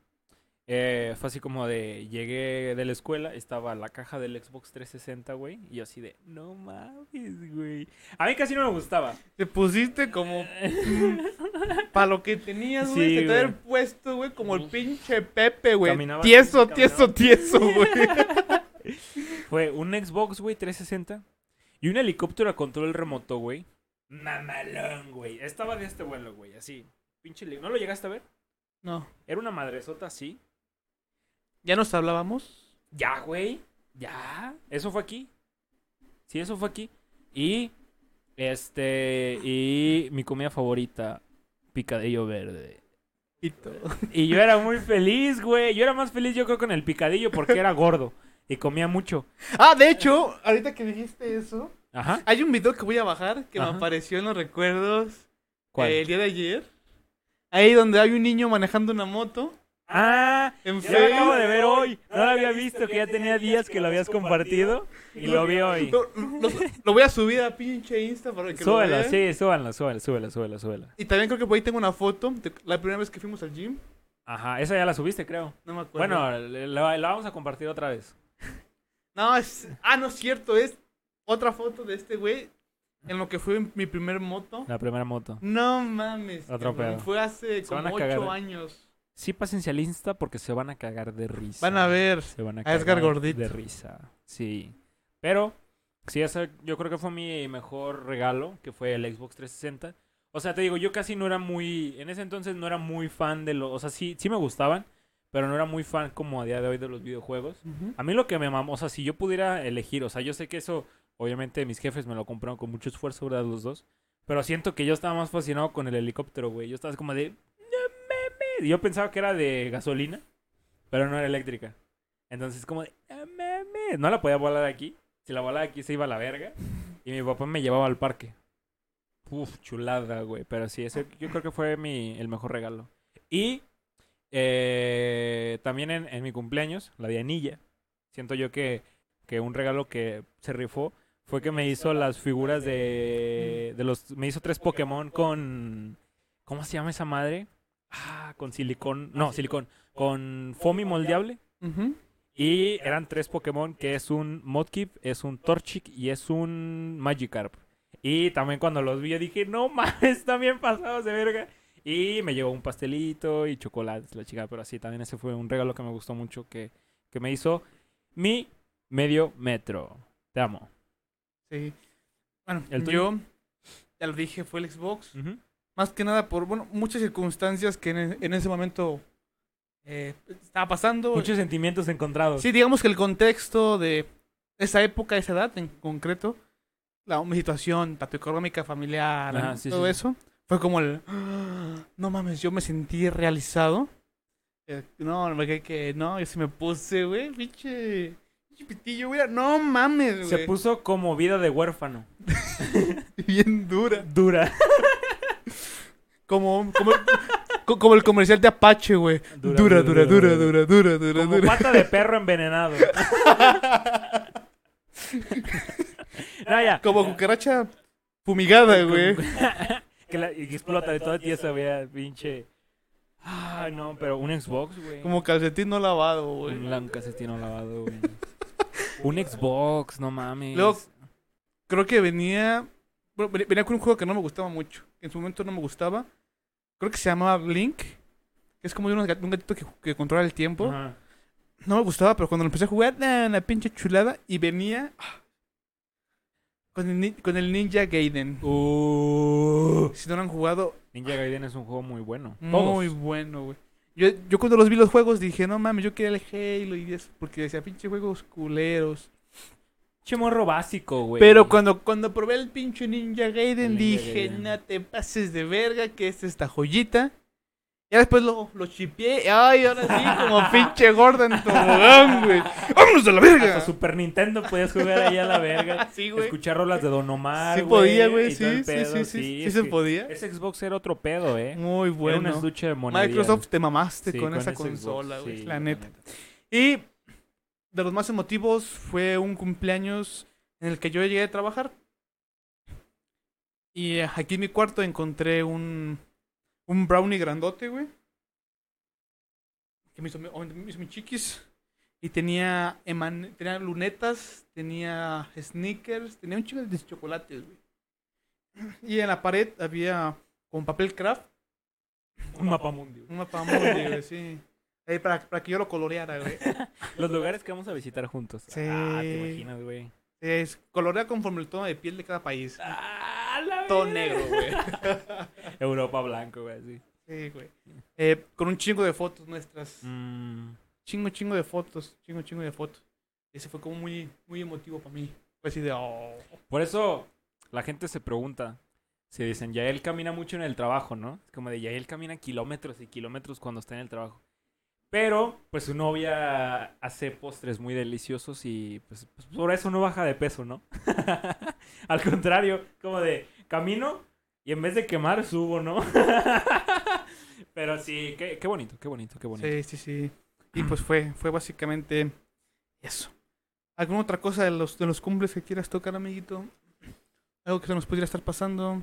[SPEAKER 2] eh, fue así como de, llegué de la escuela, estaba la caja del Xbox 360, güey, y yo así de, no mames, güey. A mí casi no me gustaba.
[SPEAKER 1] Te pusiste como para lo que tenías, güey.
[SPEAKER 2] Sí,
[SPEAKER 1] te te
[SPEAKER 2] güey.
[SPEAKER 1] haber puesto, güey, como el pinche Pepe, güey.
[SPEAKER 2] Caminaba
[SPEAKER 1] Tieso,
[SPEAKER 2] así,
[SPEAKER 1] tieso,
[SPEAKER 2] caminaba.
[SPEAKER 1] tieso, güey.
[SPEAKER 2] Fue un Xbox, güey, 360. Y un helicóptero a control remoto, güey. Mamalón, güey. Estaba de este vuelo, güey, así. Pinche heli- ¿No lo llegaste a ver?
[SPEAKER 1] No.
[SPEAKER 2] Era una madresota así.
[SPEAKER 1] ¿Ya nos hablábamos?
[SPEAKER 2] Ya, güey. Ya. Eso fue aquí. Sí, eso fue aquí. Y. Este. Y mi comida favorita: picadillo verde.
[SPEAKER 1] Y todo.
[SPEAKER 2] Y yo era muy feliz, güey. Yo era más feliz, yo creo, con el picadillo porque era gordo. Y comía mucho.
[SPEAKER 1] Ah, de hecho, ahorita que dijiste eso,
[SPEAKER 2] Ajá.
[SPEAKER 1] hay un video que voy a bajar que
[SPEAKER 2] Ajá.
[SPEAKER 1] me apareció en los recuerdos
[SPEAKER 2] ¿Cuál?
[SPEAKER 1] eh, el día de ayer. Ahí donde hay un niño manejando una moto.
[SPEAKER 2] Ah,
[SPEAKER 1] En
[SPEAKER 2] Yo lo acabo
[SPEAKER 1] Facebook.
[SPEAKER 2] de ver hoy. No lo había visto, que ya tenía días que lo habías compartido. Y lo vi hoy.
[SPEAKER 1] Lo, lo- lo voy a subir a pinche Insta para que lo
[SPEAKER 2] Súbelo,
[SPEAKER 1] vean.
[SPEAKER 2] sí, súbanlo, súbelo, súbelo, súbelo, súbelo.
[SPEAKER 1] Y también creo que por ahí tengo una foto de la primera vez que fuimos al gym.
[SPEAKER 2] Ajá, esa ya la subiste, creo.
[SPEAKER 1] No me acuerdo.
[SPEAKER 2] Bueno, le- la, la vamos a compartir otra vez.
[SPEAKER 1] No, es. Ah, no es cierto, es otra foto de este güey en lo que fue mi primer moto.
[SPEAKER 2] La primera moto.
[SPEAKER 1] No mames.
[SPEAKER 2] Otro
[SPEAKER 1] cabrón,
[SPEAKER 2] pedo.
[SPEAKER 1] Fue hace
[SPEAKER 2] Se van
[SPEAKER 1] como
[SPEAKER 2] a cagar.
[SPEAKER 1] ocho años.
[SPEAKER 2] Sí, pásense al Insta porque se van a cagar de risa.
[SPEAKER 1] Van a ver.
[SPEAKER 2] pues, Se van a
[SPEAKER 1] a
[SPEAKER 2] cagar
[SPEAKER 1] Edgar Gordito.
[SPEAKER 2] de risa. Sí. Pero, sí, esa yo creo que fue mi mejor regalo, que fue el Xbox 360. O sea, te digo, yo casi no era muy. En ese entonces no era muy fan de los. O sea, sí, sí me gustaban, pero no era muy fan como a día de hoy de los videojuegos. A mí lo que me mamó, o sea, si yo pudiera elegir, o sea, yo sé que eso, obviamente mis jefes me lo compraron con mucho esfuerzo, ¿verdad? Los dos. Pero siento que yo estaba más fascinado con el helicóptero, güey. Yo estaba como de... "No mames". Yo pensaba que era de gasolina, pero no era eléctrica. Entonces como de... "No mames". No la podía volar aquí. Si la volaba aquí se iba a la verga. Y mi papá me llevaba al parque. Uf, chulada, güey. Pero sí, ese yo creo que fue mi, el mejor regalo. Y eh, también en, en mi cumpleaños, la Dianilla, siento yo que, que un regalo que se rifó fue que me hizo las figuras de, de los... Me hizo tres Pokémon con... ¿Cómo se llama esa madre? Ah, con silicón. No, silicón. Con foamy moldeable.
[SPEAKER 1] Ujú.
[SPEAKER 2] Y eran tres Pokémon, que es un Mudkip, es un Torchic y es un Magikarp. Y también cuando los vi yo dije, no mames, también pasados de verga. Y me llevó un pastelito y chocolates, la chica, pero así también ese fue un regalo que me gustó mucho que, que me hizo mi medio metro. Te amo.
[SPEAKER 1] Sí. Bueno,
[SPEAKER 2] ¿El tuyo?
[SPEAKER 1] yo. Ya lo dije, fue el Xbox. Más que nada por, bueno, muchas circunstancias que en, en ese momento eh, estaba pasando.
[SPEAKER 2] Muchos sentimientos encontrados.
[SPEAKER 1] Sí, digamos que el contexto de esa época, esa edad en concreto, la mi situación tanto económica, familiar,
[SPEAKER 2] Ajá, sí,
[SPEAKER 1] todo
[SPEAKER 2] sí, sí.
[SPEAKER 1] eso, fue como el, "Ah, no mames, yo me sentí realizado. Eh, no, me que, que no, yo sí me puse, güey, pinche, pinche pitillo, güey, no mames,
[SPEAKER 2] Se
[SPEAKER 1] güey.
[SPEAKER 2] puso como vida de huérfano.
[SPEAKER 1] bien dura.
[SPEAKER 2] Dura.
[SPEAKER 1] Como, como, co- como el comercial de Apache, güey. Dura,
[SPEAKER 2] Dura,
[SPEAKER 1] dura, dura, dura, dura, dura,
[SPEAKER 2] Como
[SPEAKER 1] dura.
[SPEAKER 2] pata de perro envenenado. No, ya.
[SPEAKER 1] Como cucaracha fumigada, güey.
[SPEAKER 2] que, la- y que explota de toda tiesa, güey, pinche. Ah, no, pero un Xbox, güey.
[SPEAKER 1] Como calcetín no lavado, güey.
[SPEAKER 2] Un, la- un calcetín lavado, güey. un Xbox, no mames.
[SPEAKER 1] Luego- Creo que venía. bueno, ven- venía con un juego que no me gustaba mucho. que En su momento no me gustaba. Creo que se llamaba Blink. que Es como de unos gat- un gatito que, que controla el tiempo.
[SPEAKER 2] Ajá.
[SPEAKER 1] No me gustaba, pero cuando lo empecé a jugar, nah, una pinche chulada. Y venía. ah, Con el, nin- con el Ninja Gaiden.
[SPEAKER 2] Uh,
[SPEAKER 1] Si no lo han jugado,
[SPEAKER 2] Ninja Gaiden es un juego muy bueno.
[SPEAKER 1] muy bueno, güey. Yo, yo cuando los vi los juegos dije, no mames, yo quería el Halo y eso. Porque decía, pinche juegos culeros.
[SPEAKER 2] Pinche morro básico, güey.
[SPEAKER 1] Pero cuando, cuando probé el pinche Ninja Gaiden,
[SPEAKER 2] El Ninja
[SPEAKER 1] dije,
[SPEAKER 2] Gaiden.
[SPEAKER 1] no te pases de verga, que es esta joyita. Y después lo, lo chipié. Ay, ahora sí, como pinche Gordon Tobogán, güey. ¡Vámonos a la
[SPEAKER 2] Hasta
[SPEAKER 1] verga!
[SPEAKER 2] Super Nintendo podías jugar ahí a la verga.
[SPEAKER 1] Sí, güey.
[SPEAKER 2] Escuchar rolas de Don Omar.
[SPEAKER 1] Sí podía, güey.
[SPEAKER 2] y todo
[SPEAKER 1] Sí,
[SPEAKER 2] el
[SPEAKER 1] sí,
[SPEAKER 2] pedo,
[SPEAKER 1] sí, sí. Sí,
[SPEAKER 2] es
[SPEAKER 1] se
[SPEAKER 2] que
[SPEAKER 1] podía.
[SPEAKER 2] Ese Xbox era otro pedo, eh.
[SPEAKER 1] Muy
[SPEAKER 2] Era un
[SPEAKER 1] bueno.
[SPEAKER 2] estuche de monedas.
[SPEAKER 1] Microsoft, te mamaste
[SPEAKER 2] Sí,
[SPEAKER 1] con,
[SPEAKER 2] con
[SPEAKER 1] esa
[SPEAKER 2] ese Xbox,
[SPEAKER 1] consola, güey.
[SPEAKER 2] sí,
[SPEAKER 1] la
[SPEAKER 2] la
[SPEAKER 1] neta. Y de los más emotivos fue un cumpleaños en el que yo llegué a trabajar. Y eh, aquí en mi cuarto encontré un, un brownie grandote, güey. Que me hizo, mi- me hizo mis chiquis. Y tenía, eman- tenía lunetas, tenía sneakers, tenía un chingo de chocolates, güey. Y en la pared había con papel craft
[SPEAKER 2] Un mapa mundial.
[SPEAKER 1] un mapa mundi, güey, sí. Ahí para, para que yo lo coloreara, güey.
[SPEAKER 2] Los lugares que vamos a visitar juntos.
[SPEAKER 1] Sí.
[SPEAKER 2] Ah, te imaginas, güey.
[SPEAKER 1] Es, colorea conforme el tono de piel de cada país.
[SPEAKER 2] Ah, la
[SPEAKER 1] Todo
[SPEAKER 2] verga.
[SPEAKER 1] negro, güey.
[SPEAKER 2] Europa blanco, güey, así.
[SPEAKER 1] Sí, güey. Eh, con un chingo de fotos nuestras.
[SPEAKER 2] Mm,
[SPEAKER 1] Chingo, chingo de fotos. Chingo, chingo de fotos. Ese fue como muy, muy emotivo para mí. Fue así de, oh.
[SPEAKER 2] Por eso la gente se pregunta. Si dicen, Yael camina mucho en el trabajo, ¿no? Es como de Yael camina kilómetros y kilómetros cuando está en el trabajo. Pero, pues su novia hace postres muy deliciosos y, pues, pues, por eso no baja de peso, ¿no? Al contrario, como de camino y en vez de quemar, subo, ¿no? Pero sí, qué, qué bonito, qué bonito, qué bonito.
[SPEAKER 1] Sí, sí, sí. Y pues fue, fue básicamente eso. ¿Alguna otra cosa de los, de los cumbres que quieras tocar, amiguito? Algo que se nos pudiera estar pasando.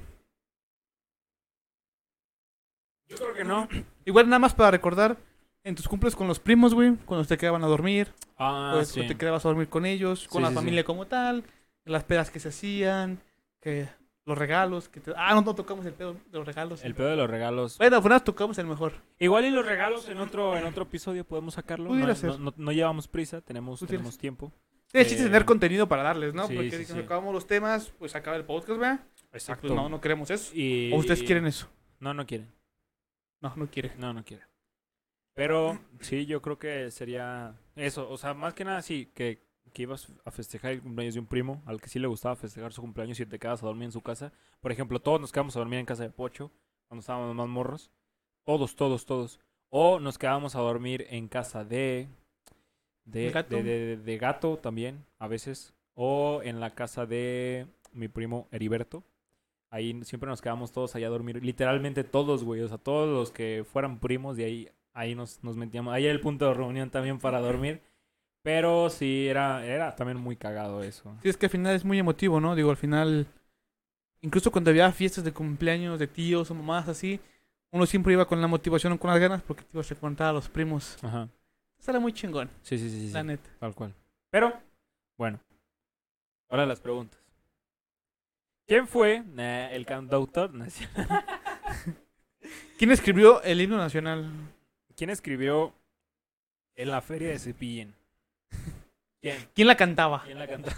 [SPEAKER 2] Yo creo que no.
[SPEAKER 1] Igual nada más para recordar, en tus cumples con los primos, güey, cuando te quedaban a dormir.
[SPEAKER 2] Ah,
[SPEAKER 1] pues,
[SPEAKER 2] sí.
[SPEAKER 1] te quedabas a dormir con ellos, con
[SPEAKER 2] Sí,
[SPEAKER 1] la
[SPEAKER 2] sí, sí.
[SPEAKER 1] familia como tal, las pedas que se hacían, que los regalos, que te- ah, no, no tocamos el pedo de los regalos.
[SPEAKER 2] El pedo de los regalos.
[SPEAKER 1] Bueno, pues nada, tocamos el mejor.
[SPEAKER 2] Igual y los regalos en otro, en otro episodio podemos sacarlo. No,
[SPEAKER 1] Pudiera
[SPEAKER 2] no-
[SPEAKER 1] ser.
[SPEAKER 2] no- no llevamos prisa, tenemos,
[SPEAKER 1] Pudiera
[SPEAKER 2] tenemos tiempo.
[SPEAKER 1] El chiste es
[SPEAKER 2] Eh,
[SPEAKER 1] tener contenido para darles, ¿no?
[SPEAKER 2] sí,
[SPEAKER 1] Porque
[SPEAKER 2] sí,
[SPEAKER 1] si nos
[SPEAKER 2] sí.
[SPEAKER 1] acabamos los temas, pues acaba el podcast, ¿verdad? Y, pues, no, no queremos eso.
[SPEAKER 2] Y-
[SPEAKER 1] ¿O ustedes quieren eso?
[SPEAKER 2] No, no quieren.
[SPEAKER 1] No, no quieren.
[SPEAKER 2] No, no quieren. Pero sí, yo creo que sería eso. O sea, más que nada, sí, que, que ibas a festejar el cumpleaños de un primo al que sí le gustaba festejar su cumpleaños y te quedas a dormir en su casa. Por ejemplo, todos nos quedamos a dormir en casa de Pocho cuando estábamos más morros. Todos, todos, todos. O nos quedábamos a dormir en casa de. De
[SPEAKER 1] ¿El gato?
[SPEAKER 2] de- de- de gato también, a veces. O en la casa de mi primo Heriberto. Ahí siempre nos quedamos todos allá a dormir. Literalmente todos, güey. O sea, todos los que fueran primos de ahí, ahí nos, nos metíamos. Ahí era el punto de reunión también para dormir. Pero sí, era, era también muy cagado eso.
[SPEAKER 1] Sí, es que al final es muy emotivo, ¿no? Digo, al final, incluso cuando había fiestas de cumpleaños de tíos o mamás así, uno siempre iba con la motivación o con las ganas porque te ibas a contar a los primos.
[SPEAKER 2] Ajá.
[SPEAKER 1] Eso era muy chingón,
[SPEAKER 2] Sí, sí, sí, sí, sí.
[SPEAKER 1] la neta.
[SPEAKER 2] Tal cual. Pero, bueno. Ahora las preguntas. ¿Quién fue nah, el cantautor? Nah, sí.
[SPEAKER 1] ¿Quién escribió el himno nacional?
[SPEAKER 2] ¿Quién escribió en la feria de Cepillín? ¿Quién?
[SPEAKER 1] ¿Quién la cantaba?
[SPEAKER 2] ¿Quién la cantó?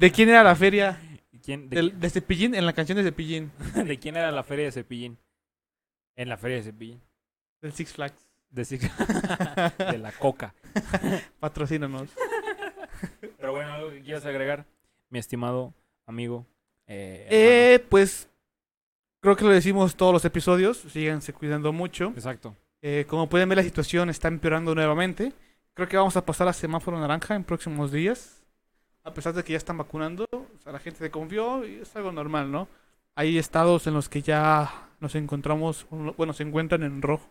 [SPEAKER 1] ¿De quién era la feria?
[SPEAKER 2] ¿Quién, de,
[SPEAKER 1] De, de Cepillín, en la canción de Cepillín,
[SPEAKER 2] de quién era la feria de Cepillín? En la feria de Cepillín.
[SPEAKER 1] del Six Flags.
[SPEAKER 2] De, Cic- de la coca.
[SPEAKER 1] Patrocínanos.
[SPEAKER 2] Pero bueno, algo que quieras agregar, mi estimado amigo. eh, hermano.
[SPEAKER 1] Eh, pues creo que lo decimos todos los episodios. Síganse cuidando mucho.
[SPEAKER 2] Exacto.
[SPEAKER 1] Eh, como pueden ver, la situación está empeorando nuevamente. Creo que vamos a pasar a semáforo naranja en próximos días. A pesar de que ya están vacunando, o sea, la gente se confió y es algo normal, ¿no? Hay estados en los que ya nos encontramos, bueno, se encuentran en rojo.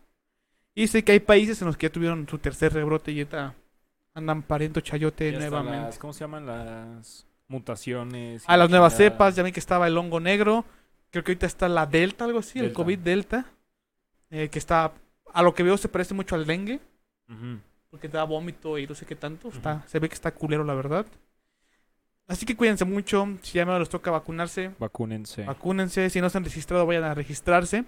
[SPEAKER 1] Y sé que hay países en los que ya tuvieron su tercer rebrote y ya está- andan pariendo chayote
[SPEAKER 2] Ya hasta
[SPEAKER 1] eh, nuevamente.
[SPEAKER 2] las- ¿Cómo se llaman las mutaciones.
[SPEAKER 1] A las nuevas
[SPEAKER 2] la-
[SPEAKER 1] cepas, ya vi que estaba el hongo negro. Creo que ahorita está la Delta, algo así, el
[SPEAKER 2] Delta.
[SPEAKER 1] COVID Delta. eh, que está, a lo que veo, se parece mucho al dengue.
[SPEAKER 2] Ujú.
[SPEAKER 1] Porque te da vómito y no sé qué tanto. está, se ve que está culero, la verdad. Así que cuídense mucho. Si ya no les toca vacunarse,
[SPEAKER 2] Vacúnense.
[SPEAKER 1] vacúnense. Si no se han registrado, vayan a registrarse.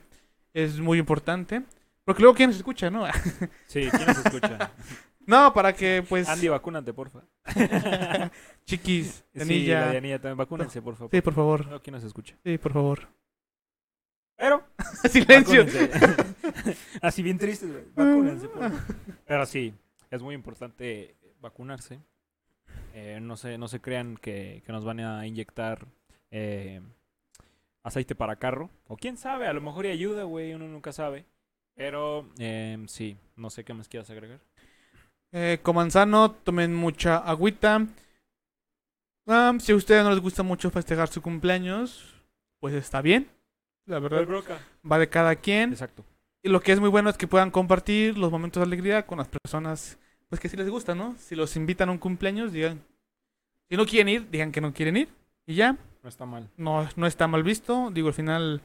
[SPEAKER 1] Es muy importante. Porque luego, ¿quién nos escucha, no?
[SPEAKER 2] sí, ¿quién nos escucha?
[SPEAKER 1] no, para que, pues,
[SPEAKER 2] Andy, vacúnate, porfa.
[SPEAKER 1] chiquis,
[SPEAKER 2] Sí, la
[SPEAKER 1] Danilla. Sí,
[SPEAKER 2] Dianilla también. Vacúnense, por favor.
[SPEAKER 1] por favor.
[SPEAKER 2] No, ¿quién nos escucha?
[SPEAKER 1] Sí, por favor.
[SPEAKER 2] Pero,
[SPEAKER 1] Silencio.
[SPEAKER 2] vacúnense. Así bien tristes, güey. Vacúnense, por favor. Pero sí, es muy importante vacunarse. Eh, no, se, no se crean que, que nos van a inyectar eh, aceite para carro. O quién sabe, a lo mejor y ayuda, güey. Uno nunca sabe. Pero eh, sí, no sé qué más quieras agregar.
[SPEAKER 1] Eh, coman sano, tomen mucha agüita. Ah, si a ustedes no les gusta mucho festejar su cumpleaños, pues está bien. La verdad, va de cada quien.
[SPEAKER 2] Exacto.
[SPEAKER 1] Y lo que es muy bueno es que puedan compartir los momentos de alegría con las personas pues que sí les gusta, ¿no? Si los invitan a un cumpleaños, digan. Si no quieren ir, digan que no quieren ir. Y ya,
[SPEAKER 2] No está mal.
[SPEAKER 1] no, no está mal visto. Digo, al final.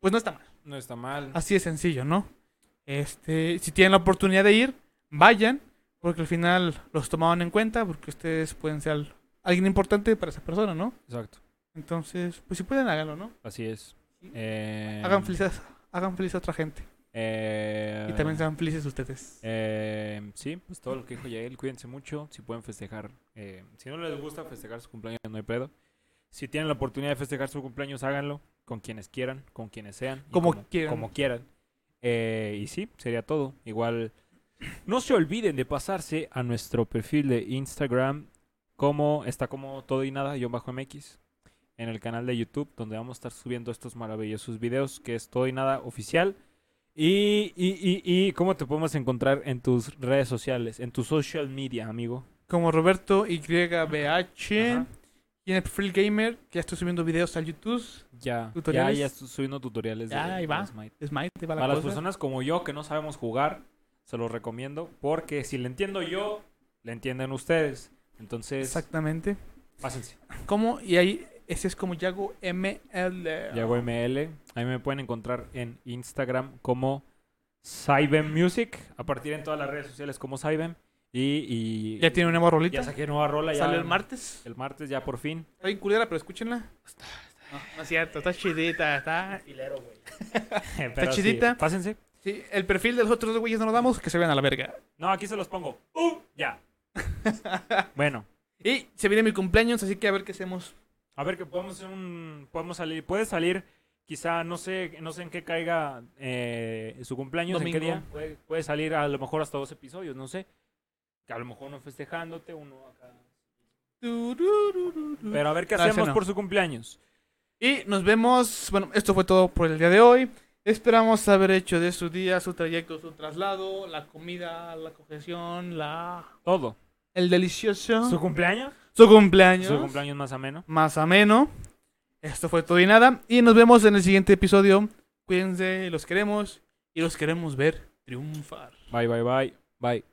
[SPEAKER 1] Pues no está mal.
[SPEAKER 2] No está mal.
[SPEAKER 1] Así de sencillo, ¿no? Este, si tienen la oportunidad de ir, vayan, porque al final los tomaban en cuenta, porque ustedes pueden ser al- alguien importante para esa persona, ¿no?
[SPEAKER 2] Exacto.
[SPEAKER 1] Entonces, pues si pueden, háganlo, ¿no?
[SPEAKER 2] Así es. Eh,
[SPEAKER 1] Hagan felices, hagan feliz a otra gente.
[SPEAKER 2] eh,
[SPEAKER 1] Y también sean felices ustedes.
[SPEAKER 2] eh, sí, pues todo lo que dijo Yael, cuídense mucho, si pueden festejar. eh, si no les gusta festejar su cumpleaños, no hay pedo. Si tienen la oportunidad de festejar su cumpleaños, háganlo con quienes quieran, con quienes sean. y
[SPEAKER 1] Como quieran.
[SPEAKER 2] Como quieran. Eh, y sí, sería todo. Igual, no se olviden de pasarse a nuestro perfil de Instagram, como está como todo y nada, yo bajo MX, en el canal de YouTube, donde vamos a estar subiendo estos maravillosos videos, que es todo y nada oficial. Y, y, y, y cómo te podemos encontrar en tus redes sociales, en tu social media, amigo.
[SPEAKER 1] Como Roberto YBH
[SPEAKER 2] Ajá.
[SPEAKER 1] y en el perfil gamer, que ya estoy subiendo videos al YouTube.
[SPEAKER 2] Ya, ya,
[SPEAKER 1] Tutoriales.
[SPEAKER 2] ya estoy subiendo tutoriales de,
[SPEAKER 1] Ya, ahí va.
[SPEAKER 2] de Smite.
[SPEAKER 1] Smite, te va la
[SPEAKER 2] Para las
[SPEAKER 1] cosa.
[SPEAKER 2] personas como yo que no sabemos jugar, se los recomiendo, porque si le entiendo yo, le entienden ustedes. Entonces,
[SPEAKER 1] Exactamente.
[SPEAKER 2] pásense.
[SPEAKER 1] ¿Cómo? Y ahí, ese es como Yago ML.
[SPEAKER 2] Yago ML. Ahí me pueden encontrar en Instagram como Cyben Music. A partir en todas las redes sociales como Cyben. Y, y-
[SPEAKER 1] Ya tiene una nueva rolita.
[SPEAKER 2] ya saqué nueva rola. ya-
[SPEAKER 1] Salió el martes.
[SPEAKER 2] El martes ya por fin.
[SPEAKER 1] Está bien culera, pero escúchenla. No, no es cierto, está chidita, está...
[SPEAKER 2] Está
[SPEAKER 1] chidita.
[SPEAKER 2] Pásense.
[SPEAKER 1] Sí, el perfil de los otros dos güeyes no lo damos, que se vean a la verga.
[SPEAKER 2] No, aquí se los pongo. ¡Uh! Ya. bueno.
[SPEAKER 1] Y se viene mi cumpleaños, así que a ver qué hacemos.
[SPEAKER 2] A ver, que podemos hacer un... Podemos salir... Puede salir... Quizá, no sé, no sé en qué caiga eh, su cumpleaños, en qué
[SPEAKER 1] Domingo.
[SPEAKER 2] día. Puede, puede salir a lo mejor hasta dos episodios, no sé. Que a lo mejor uno festejándote, uno acá
[SPEAKER 1] Tururururu.
[SPEAKER 2] Pero a ver qué
[SPEAKER 1] No, ese
[SPEAKER 2] hacemos
[SPEAKER 1] no.
[SPEAKER 2] por su cumpleaños.
[SPEAKER 1] Y nos vemos. Bueno, esto fue todo por el día de hoy. Esperamos haber hecho de su día, su trayecto, su traslado, la comida, la cojeción, la...
[SPEAKER 2] Todo.
[SPEAKER 1] El delicioso.
[SPEAKER 2] ¿Su
[SPEAKER 1] Su,
[SPEAKER 2] cumpleaños?
[SPEAKER 1] cumpleaños.
[SPEAKER 2] Su cumpleaños más ameno.
[SPEAKER 1] Más ameno. Esto fue todo y nada. Y nos vemos en el siguiente episodio. Cuídense, los queremos. Y los queremos ver triunfar.
[SPEAKER 2] Bye, bye, bye. Bye.